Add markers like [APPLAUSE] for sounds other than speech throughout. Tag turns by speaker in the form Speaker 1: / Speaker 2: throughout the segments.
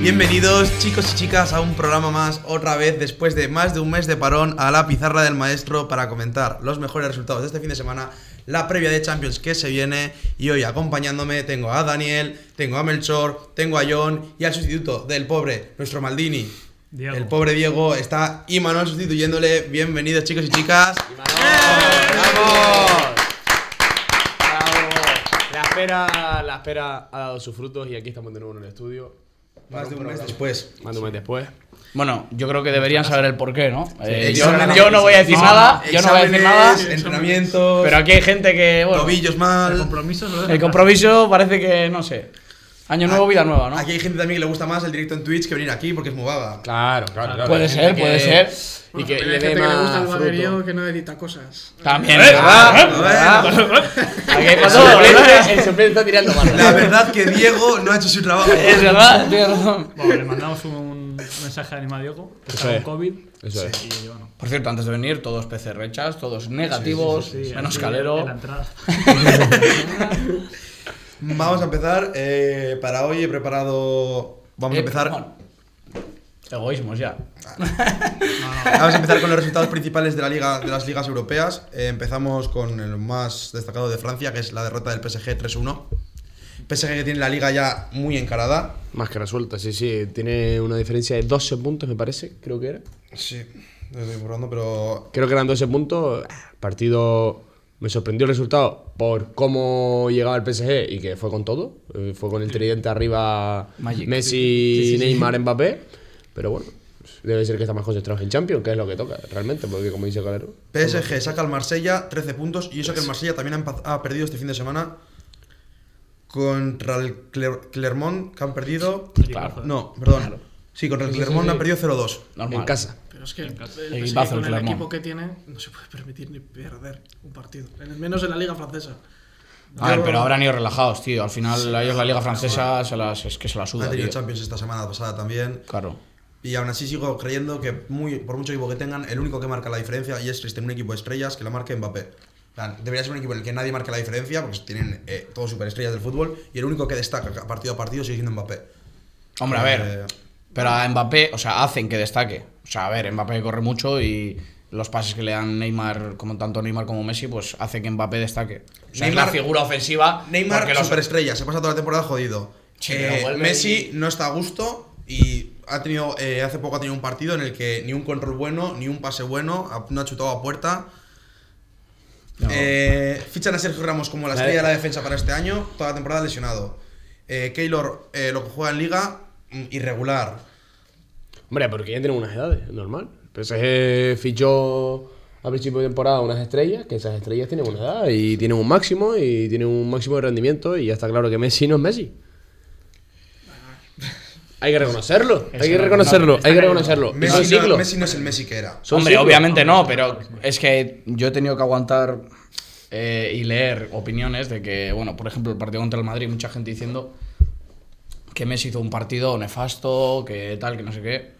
Speaker 1: Bienvenidos chicos y chicas a un programa más, otra vez después de más de un mes de parón a la pizarra del maestro para comentar los mejores resultados de este fin de semana, la previa de Champions que se viene y hoy acompañándome tengo a Daniel, tengo a Melchor, tengo a John y al sustituto del pobre, nuestro Maldini.
Speaker 2: Diego.
Speaker 1: El pobre Diego está Imanol sustituyéndole. Bienvenidos chicos y chicas.
Speaker 3: ¡Bravo! La espera, la espera ha dado sus frutos y aquí estamos de nuevo en el estudio.
Speaker 1: Más de un mes después.
Speaker 3: Más de un mes después.
Speaker 4: Bueno, yo creo que deberían saber el porqué, ¿no? Eh, yo,
Speaker 1: Exámenes-
Speaker 4: yo no voy a decir
Speaker 1: No,
Speaker 4: nada, yo no voy a decir nada,
Speaker 1: exámenes, Entrenamientos,
Speaker 4: pero aquí hay gente que, bueno,
Speaker 1: tobillos mal.
Speaker 2: El compromiso lo deja
Speaker 4: el compromiso parece que, no sé, año nuevo, vida nueva, ¿no?
Speaker 1: Aquí hay gente también que le gusta más el directo en Twitch que venir aquí porque es muy vaga.
Speaker 3: Claro, claro, claro.
Speaker 4: Puede
Speaker 3: Hay
Speaker 4: ser,
Speaker 3: gente
Speaker 4: puede
Speaker 3: que-
Speaker 4: ser.
Speaker 3: Y
Speaker 5: Bueno,
Speaker 3: que
Speaker 5: también
Speaker 3: le
Speaker 5: hay
Speaker 3: dé
Speaker 5: gente que le gusta el
Speaker 3: más
Speaker 5: vaguerío
Speaker 3: fruto.
Speaker 5: que no edita cosas.
Speaker 4: También, ¿verdad? ¿Eh?
Speaker 1: ¿verdad?
Speaker 4: Aquí hay
Speaker 3: El
Speaker 4: pasado,
Speaker 3: suplente-
Speaker 4: ¿verdad?
Speaker 3: El suplente está tirando mal.
Speaker 1: La verdad que Diego no ha hecho su trabajo.
Speaker 4: [LAUGHS] Es verdad, tienes razón.
Speaker 2: Bueno, le mandamos un mensaje de anima a Diego, que
Speaker 3: Eso
Speaker 2: está con
Speaker 3: es.
Speaker 2: COVID.
Speaker 3: Eso es.
Speaker 2: Y bueno,
Speaker 4: Por cierto, antes de venir, todos PCR hechas, todos negativos,
Speaker 2: sí,
Speaker 4: menos
Speaker 2: aquí
Speaker 4: calero.
Speaker 2: En la entrada.
Speaker 1: Vamos a empezar. eh, para hoy he preparado. Vamos a
Speaker 4: Eh,
Speaker 1: empezar.
Speaker 4: bueno, egoísmos ya.
Speaker 1: Vamos a empezar con los resultados principales de la liga, de las ligas europeas. Eh, empezamos con el más destacado de Francia, que es la derrota del PSG 3-1. PSG que tiene la liga ya muy encarada.
Speaker 3: Más que resuelta, sí, sí. Tiene una diferencia de 12 puntos, me parece, creo que era.
Speaker 1: Sí, lo estoy borrando, pero.
Speaker 3: Creo que eran 12 puntos. Ah, Partido. Me sorprendió el resultado por cómo llegaba el PSG y que fue con todo. Eh, Fue con el tridente arriba
Speaker 4: Magic.
Speaker 3: Messi, Neymar, Mbappé. Pero bueno, debe ser que está más concentrados en Champions, que es lo que toca realmente, porque como dice Calero.
Speaker 4: Pues
Speaker 1: PSG saca al Marsella 13 puntos y eso que el Marsella también ha empa- ha perdido este fin de semana contra el Cler- Clermont que han perdido.
Speaker 4: Claro.
Speaker 1: No, perdón. Sí, contra el Clermont han perdido 0-2.
Speaker 4: Normal.
Speaker 3: En casa.
Speaker 5: Pero es que el, el
Speaker 4: El
Speaker 5: PSG
Speaker 4: equipazo,
Speaker 5: con
Speaker 4: el
Speaker 5: el
Speaker 4: Clermont.
Speaker 5: equipo que tiene no se puede permitir ni perder un partido. En el- menos en la liga francesa.
Speaker 4: A ver, Ah, pero habrán ido relajados, tío. Al final, a ellos la liga francesa se las, es que se la
Speaker 1: Han
Speaker 4: suda,
Speaker 1: tenido
Speaker 4: tío.
Speaker 1: Champions esta semana pasada también.
Speaker 4: Claro.
Speaker 1: Y aún así sigo creyendo que muy, por mucho equipo que tengan, el único que marca la diferencia y es este, un equipo de estrellas que la marque Mbappé. En plan, Debería ser un equipo en el que nadie marca la diferencia porque tienen eh, todos superestrellas del fútbol y el único que destaca partido a partido sigue siendo Mbappé.
Speaker 4: Hombre, a
Speaker 1: Eh,
Speaker 4: ver. Pero a Mbappé, o sea, hacen que destaque. O sea, a ver, Mbappé corre mucho y los pases que le dan Neymar, como tanto Neymar como Messi, pues hace que Mbappé destaque. O sea,
Speaker 1: Neymar-
Speaker 4: es la figura ofensiva.
Speaker 1: Neymar
Speaker 4: porque
Speaker 1: es
Speaker 4: los-
Speaker 1: superestrella, se pasa toda la temporada jodido.
Speaker 4: Sí,
Speaker 1: Eh,
Speaker 4: pero vuelve
Speaker 1: Messi
Speaker 4: y-
Speaker 1: no está a gusto y ha tenido eh, hace poco ha tenido un partido en el que ni un control bueno, ni un pase bueno, ha- no ha chutado a puerta. Eh, fichan a Sergio Ramos como la
Speaker 3: Vale.
Speaker 1: estrella de la defensa para este año, toda la temporada lesionado. Eh, Keylor, eh, lo que juega en liga, mm, irregular.
Speaker 3: Hombre, porque ya tienen unas edades, normal. El PSG fichó a principio de temporada unas estrellas, que esas estrellas tienen una edad y tienen un máximo y tienen un máximo de rendimiento y ya está claro que Messi no es Messi. Hay que reconocerlo, hay que reconocerlo, hay que reconocerlo. Son
Speaker 1: Messi no,
Speaker 3: ciclos.
Speaker 1: Messi no es el Messi que era.
Speaker 3: Son
Speaker 4: Hombre,
Speaker 3: ciclos.
Speaker 4: obviamente no, pero es que yo he tenido que aguantar eh, y leer opiniones de que, bueno, por ejemplo, el partido contra el Madrid, mucha gente diciendo que Messi hizo un partido nefasto, que tal, que no sé qué.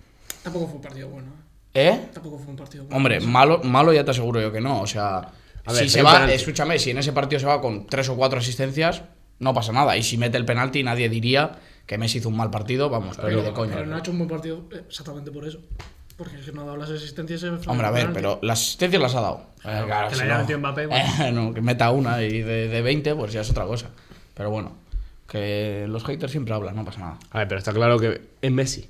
Speaker 5: Tampoco fue un partido bueno. ¿eh?
Speaker 4: ¿Eh?
Speaker 5: Tampoco fue un partido bueno.
Speaker 4: Hombre, malo, malo ya te aseguro yo que no. O sea,
Speaker 3: A
Speaker 4: si
Speaker 3: ver,
Speaker 4: se
Speaker 3: hay
Speaker 4: va,
Speaker 3: penalti.
Speaker 4: escúchame, si en ese partido se va con tres o cuatro asistencias, no pasa nada. Y si mete el penalti, nadie diría que Messi hizo un mal partido, vamos, pero,
Speaker 5: pero,
Speaker 4: de coña.
Speaker 5: pero no ha hecho un buen partido eh, exactamente por eso. Porque es que no ha dado las asistencias. eh,
Speaker 4: Hombre, a ver,
Speaker 5: Fernández.
Speaker 4: pero las asistencias las ha dado.
Speaker 2: Claro,
Speaker 4: Eh, claro,
Speaker 2: que
Speaker 4: si
Speaker 2: la haya metido Mbappé, bueno.
Speaker 4: Eh, [LAUGHS] no, que meta una y de, de 20, pues ya es otra cosa. Pero bueno, que los haters siempre hablan, no pasa nada.
Speaker 3: A ver, pero está claro que es Messi.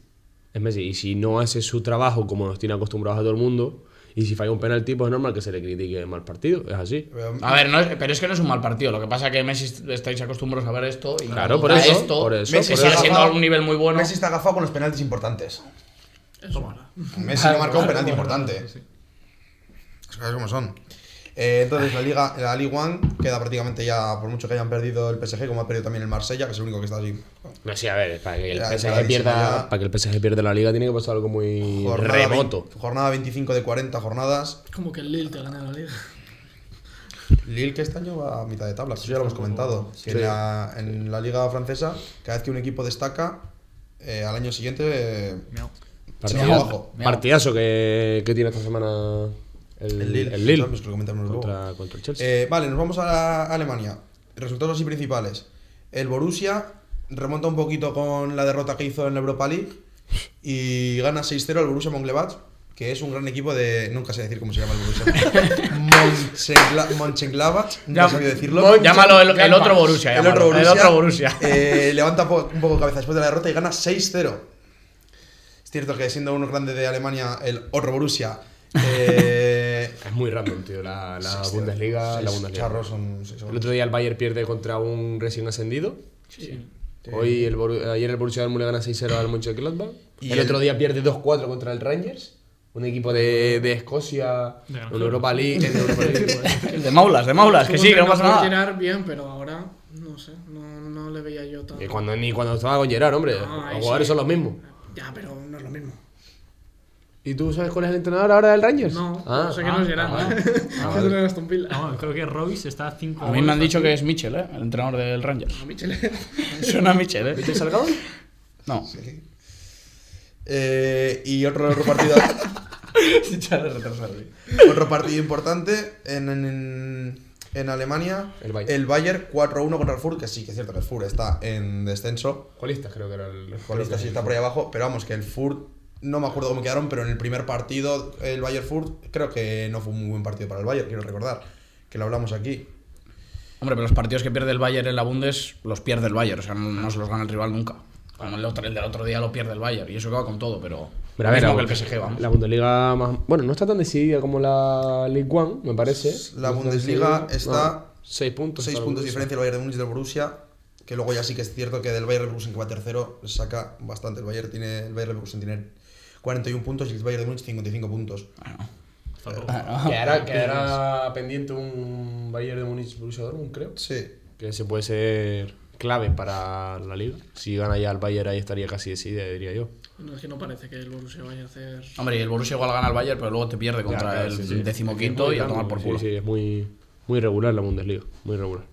Speaker 3: Es Messi. Y si no hace su trabajo como nos tiene acostumbrados a todo el mundo, y si falla un penalti, pues es normal que se le critique mal partido. Es así.
Speaker 1: Ah,
Speaker 4: A ver, no es- pero es que no es un mal partido. Lo que pasa es que Messi estáis acostumbrados a ver esto. Y
Speaker 3: Claro,
Speaker 4: cuando
Speaker 3: por
Speaker 4: da
Speaker 3: eso,
Speaker 4: Esto,
Speaker 3: por eso,
Speaker 4: Messi
Speaker 1: por
Speaker 4: sigue
Speaker 1: eso.
Speaker 4: siendo a un nivel muy bueno.
Speaker 1: Messi está agafado con los penaltis importantes.
Speaker 5: Eso mola. [LAUGHS]
Speaker 1: Messi no marcó un penalti importante. Las cosas como son. Eh, entonces la Liga, la Liga One queda prácticamente ya, por mucho que hayan perdido el PSG, como ha perdido también el Marsella, que es el único que está así.
Speaker 3: No, sí, a ver, para que el
Speaker 1: Ya,
Speaker 3: PSG
Speaker 1: claro,
Speaker 3: pierda,
Speaker 1: ya.
Speaker 3: para que el PSG pierda la liga tiene que pasar algo muy remoto.
Speaker 1: vein- jornada 25 de 40 jornadas.
Speaker 5: Como que el Lille te gana la liga.
Speaker 1: Lille que este año va a mitad de tabla, eso ya lo hemos comentado. Que en, la, en la liga francesa, cada vez que un equipo destaca, eh, al año siguiente eh,
Speaker 2: Miau.
Speaker 1: se va
Speaker 3: Partidazo,
Speaker 1: abajo.
Speaker 3: partidazo que, que tiene esta semana el,
Speaker 1: El
Speaker 3: el
Speaker 1: Lille,
Speaker 3: Lille.
Speaker 1: Champions, que lo comentaremos luego.
Speaker 3: contra, contra el Chelsea.
Speaker 1: Eh, vale, nos vamos a Alemania. Resultados así principales. El Borussia remonta un poquito con la derrota que hizo en la Europa League y gana 6-0 al Borussia Mönchengladbach, que es un gran equipo de... Nunca sé decir cómo se llama el
Speaker 4: [LAUGHS]
Speaker 1: Borussia. Mönchengla- Mönchengladbach, no
Speaker 4: Ya-
Speaker 1: sabía decirlo.
Speaker 4: Llámalo el, el otro Borussia.
Speaker 1: el otro
Speaker 4: llámalo,
Speaker 1: Borussia,
Speaker 4: El otro Borussia.
Speaker 1: eh, levanta po- un poco cabeza después de la derrota y gana 6-0. Es cierto que siendo uno grande de Alemania, el otro Borussia... eh,
Speaker 4: [LAUGHS]
Speaker 3: es muy random, tío, la, la
Speaker 1: Sí, sí,
Speaker 3: Bundesliga.
Speaker 1: sí,
Speaker 3: la
Speaker 1: sí,
Speaker 3: Bundesliga.
Speaker 1: charros son- sí, son-
Speaker 3: El otro día el Bayern pierde contra un recién ascendido. Hoy el Boru- ayer el Borussia Dortmund le gana 6-0 al Mönchengladbach.
Speaker 1: Y
Speaker 3: Y
Speaker 1: el-
Speaker 3: el, otro día pierde 2-4 contra el Rangers, un equipo de, de Escocia,
Speaker 2: De Gran
Speaker 3: en Europa League.
Speaker 2: [LAUGHS]
Speaker 3: en Europa League.
Speaker 4: De Maulas, de Maulas, que sí, que no pasa nada.
Speaker 5: tirar bien, pero ahora, no sé, no, no le veía yo tan...
Speaker 3: Y Eh, cuando, ni cuando estaba con Gerard, hombre,
Speaker 5: No,
Speaker 3: los
Speaker 5: ahí
Speaker 3: jugadores
Speaker 5: sí.
Speaker 3: son los mismos.
Speaker 5: Ya, pero no es lo mismo.
Speaker 3: ¿Y tú sabes cuál es el entrenador ahora del Rangers?
Speaker 5: No,
Speaker 3: Ah,
Speaker 5: no sé
Speaker 3: ah,
Speaker 5: que no es Gerard. [LAUGHS] Es un Aston Villa.
Speaker 4: Ah,
Speaker 2: No, creo que Robis está a 5
Speaker 4: A mí me han dicho que es Mitchell, ¿eh? El entrenador del Rangers. [LAUGHS]
Speaker 5: A Mitchell.
Speaker 4: Suena a Mitchell, ¿eh?
Speaker 3: ¿Michel Salgado?
Speaker 4: No.
Speaker 3: [LAUGHS]
Speaker 1: Eh, y otro, otro partido
Speaker 3: [LAUGHS]
Speaker 1: otro partido importante en, en, en Alemania
Speaker 3: El Bayern.
Speaker 1: 4-1 contra el FUR que sí que es cierto que el FUR está en descenso
Speaker 3: Cualistas creo que era el.
Speaker 1: con esta sí está por ahí abajo pero vamos que el FUR no me acuerdo cómo quedaron pero en el primer partido el Bayern FUR creo que no fue un muy buen partido para el Bayern quiero recordar que lo hablamos aquí
Speaker 4: Hombre, pero los partidos que pierde el Bayern en la Bundes los pierde el Bayern, o sea, no, no se los gana el rival nunca. Como el, otro- el del otro día lo pierde el Bayern, y eso acaba con todo, pero.
Speaker 3: Pero a ver,
Speaker 4: mismo
Speaker 3: la-
Speaker 4: que el PSG, vamos.
Speaker 3: La Bundesliga más. Bueno, no está tan decidida como la League One, me parece.
Speaker 1: La
Speaker 3: No
Speaker 1: Bundesliga
Speaker 3: decidida.
Speaker 1: está-
Speaker 3: No, seis puntos.
Speaker 1: 6
Speaker 3: está la
Speaker 1: puntos de
Speaker 3: Bundesliga.
Speaker 1: diferencia el Bayern de Múnich del Borussia, que luego ya sí que es cierto que del Bayern Leverkusen que va tercero le saca bastante. El Bayern tiene el Bayern Leverkusen tiene 41 puntos y el Bayern de Múnich 55 puntos.
Speaker 4: Ah,
Speaker 5: Ah,
Speaker 3: Quedará, quedará pendiente un Bayern de Múnich Borussia Dortmund, creo.
Speaker 1: Sí.
Speaker 3: Que ese puede ser clave para la liga. Si gana ya el Bayern ahí estaría casi decidida, diría yo.
Speaker 5: No, es que no parece que el Borussia vaya a hacer...
Speaker 4: Hombre, y el Borussia igual gana al Bayern, pero luego te pierde contra
Speaker 3: claro,
Speaker 4: el
Speaker 3: sí, sí.
Speaker 4: decimoquinto y a tomar por culo.
Speaker 3: Sí, sí, es muy, muy regular la Bundesliga. Muy regular.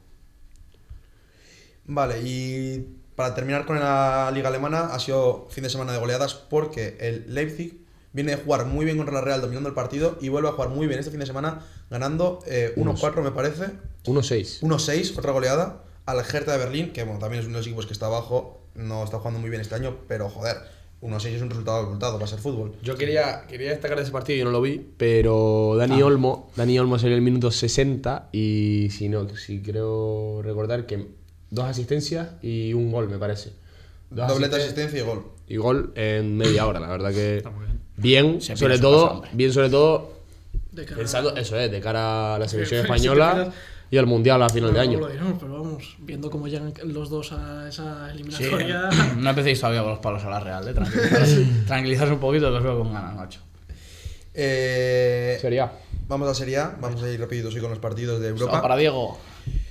Speaker 1: Vale, y para terminar con la liga alemana ha sido fin de semana de goleadas porque el Leipzig viene de jugar muy bien contra la Real dominando el partido y vuelve a jugar muy bien este fin de semana ganando eh, 1-4 me parece
Speaker 3: 1-6.
Speaker 1: 1-6, otra goleada al Hertha de Berlín, que bueno, también es uno de los equipos que está abajo, no está jugando muy bien este año, pero joder, 1-6 es un resultado abultado para ser fútbol.
Speaker 3: Yo quería, quería destacar ese partido, yo no lo vi, pero Dani Olmo, Dani Olmo salió el minuto 60 y si no, si creo recordar que dos asistencias y un gol, me parece. Dos
Speaker 1: Doblete,
Speaker 3: asisten-
Speaker 1: asistencia y gol.
Speaker 3: y gol en media hora, la verdad que
Speaker 2: Está muy bien.
Speaker 3: bien,
Speaker 4: Se
Speaker 3: sobre
Speaker 4: pide su
Speaker 3: todo,
Speaker 4: casa, hombre.
Speaker 3: bien sobre todo
Speaker 5: De cara-
Speaker 3: pensando eso es de cara a la [LAUGHS] selección
Speaker 5: Sí, sí,
Speaker 3: española
Speaker 5: sí,
Speaker 3: y al mundial a final de
Speaker 5: Luego
Speaker 3: año.
Speaker 5: lo diremos, pero vamos, viendo cómo llegan los dos a esa
Speaker 4: Sí,
Speaker 5: eliminatoria...
Speaker 4: [COUGHS] no empecéis todavía con los palos a la Real, ¿eh? Tranquilizaos, tranquilizaos un poquito, que os veo con ganas, macho.
Speaker 1: Eh,
Speaker 3: Sería
Speaker 1: vamos a Serie A, vamos a ir rapiditos hoy con los partidos de
Speaker 4: Esto va Para
Speaker 1: Europa.
Speaker 4: Diego.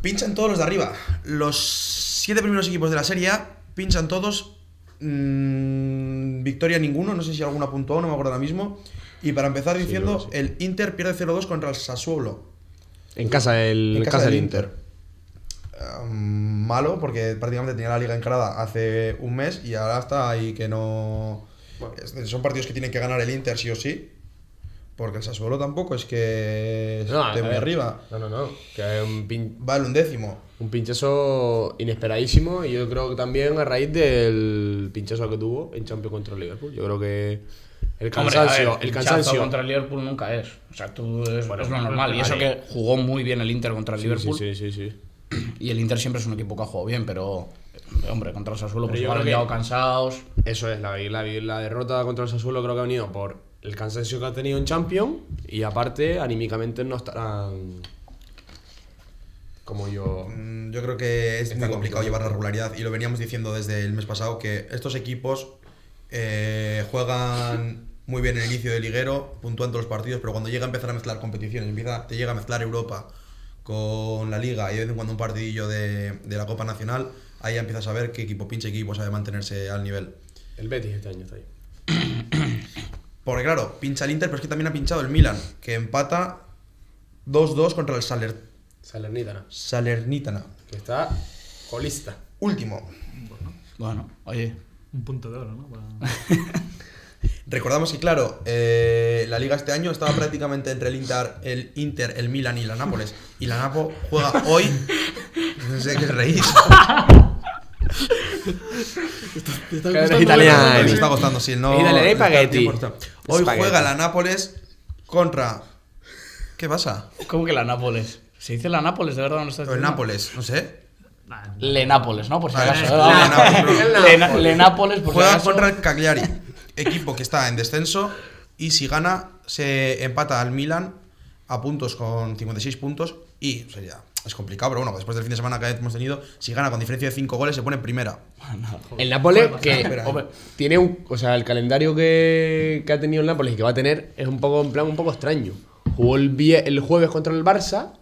Speaker 1: Pinchan todos los de arriba. Los siete primeros equipos de la Serie A pinchan todos. mm, victoria ninguno, no sé si alguna puntuó, no me acuerdo ahora mismo. Y para empezar diciendo,
Speaker 3: creo
Speaker 1: el Inter pierde 0-2 contra el Sassuolo.
Speaker 3: en casa del
Speaker 1: en casa del
Speaker 3: Inter.
Speaker 1: Inter. Ah, malo, porque prácticamente tenía la liga encarada hace un mes y ahora está ahí que no. Es decir, Son partidos que tienen que ganar el Inter sí o sí. Porque el Sassuolo tampoco es que
Speaker 3: No, a
Speaker 1: esté muy
Speaker 3: ver.
Speaker 1: arriba.
Speaker 3: No, no, no, que es un pin-
Speaker 1: Vale, un décimo.
Speaker 3: Un pinchazo inesperadísimo y yo creo que también a raíz del pinchazo que tuvo en Champions contra el Liverpool. Yo creo que el
Speaker 4: Hombre, a ver,
Speaker 3: cansancio, el
Speaker 4: pinchazo
Speaker 3: cansancio
Speaker 4: contra el Liverpool nunca es. O sea, tú es,
Speaker 3: Bueno,
Speaker 4: es lo normal. Y
Speaker 3: vale.
Speaker 4: eso que jugó muy bien el Inter contra el
Speaker 3: Sí,
Speaker 4: Liverpool.
Speaker 3: Sí, sí, sí, sí.
Speaker 4: Y el Inter siempre es un equipo que ha jugado bien, pero eh, hombre, contra el Sassuolo pues
Speaker 3: yo
Speaker 4: igual han
Speaker 3: creo que-
Speaker 4: llegado cansados.
Speaker 3: Eso es, la, la, la derrota contra el Sassuolo creo que ha venido por el cansancio que ha tenido en Champions y aparte anímicamente no estarán como yo.
Speaker 1: Mm, Yo creo que es
Speaker 3: Está
Speaker 1: muy complicado
Speaker 3: complicado.
Speaker 1: llevar la regularidad y lo veníamos diciendo desde el mes pasado que estos equipos eh, juegan muy bien en el inicio del liguero, puntúan todos los partidos, pero cuando llega a empezar a mezclar competiciones, empieza, te llega a mezclar Europa con la Liga y de vez en cuando un partidillo de, de la Copa Nacional, ahí ya empiezas a ver qué equipo pinche equipo sabe mantenerse al nivel.
Speaker 3: El Betis este año está ahí.
Speaker 1: Porque claro, pincha el Inter, pero es que también ha pinchado el Milan, que empata 2-2 contra el Saler-
Speaker 3: Salernitana.
Speaker 1: Salernitana.
Speaker 3: Que está colista.
Speaker 1: Último.
Speaker 4: Bueno, oye.
Speaker 2: Un punto de oro, ¿no? Para-
Speaker 1: Recordamos que, claro, eh, la liga este año estaba prácticamente entre el Inter, el Inter, el Milan y la Nápoles. Y la Napo juega hoy. No sé qué os
Speaker 3: [LAUGHS]
Speaker 1: reís.
Speaker 5: Te está
Speaker 3: Claro,
Speaker 5: gustando
Speaker 3: italiano.
Speaker 5: la-
Speaker 1: Me está costando, sí, no.
Speaker 3: Mira, le dais
Speaker 1: está
Speaker 3: spaghetti.
Speaker 1: tiempo, está. Hoy
Speaker 3: Spaghetti.
Speaker 1: juega la Nápoles contra. ¿Qué pasa?
Speaker 4: ¿Cómo que la Nápoles? ¿Se dice la Nápoles? De verdad no lo estás
Speaker 1: O El
Speaker 4: diciendo?
Speaker 1: Nápoles, no sé.
Speaker 2: Nah,
Speaker 4: Le Nápoles, ¿no? Por si
Speaker 1: Vale,
Speaker 4: acaso.
Speaker 1: le Nápoles.
Speaker 4: [LAUGHS] Le Na- Le Nápoles, por si
Speaker 1: Juega
Speaker 4: acaso.
Speaker 1: contra el Cagliari, [LAUGHS] equipo que está en descenso. Y si gana, se empata al Milan a puntos con 56 puntos. Y, o sea, ya es complicado, pero bueno, después del fin de semana que hemos tenido, si gana con diferencia de 5 goles, se pone en primera.
Speaker 3: El Nápoles que
Speaker 1: espera,
Speaker 3: hombre, tiene un, o sea, el calendario que, que ha tenido el Nápoles y que va a tener es un poco en plan un poco extraño. Jugó el, vie- el jueves contra el Barça,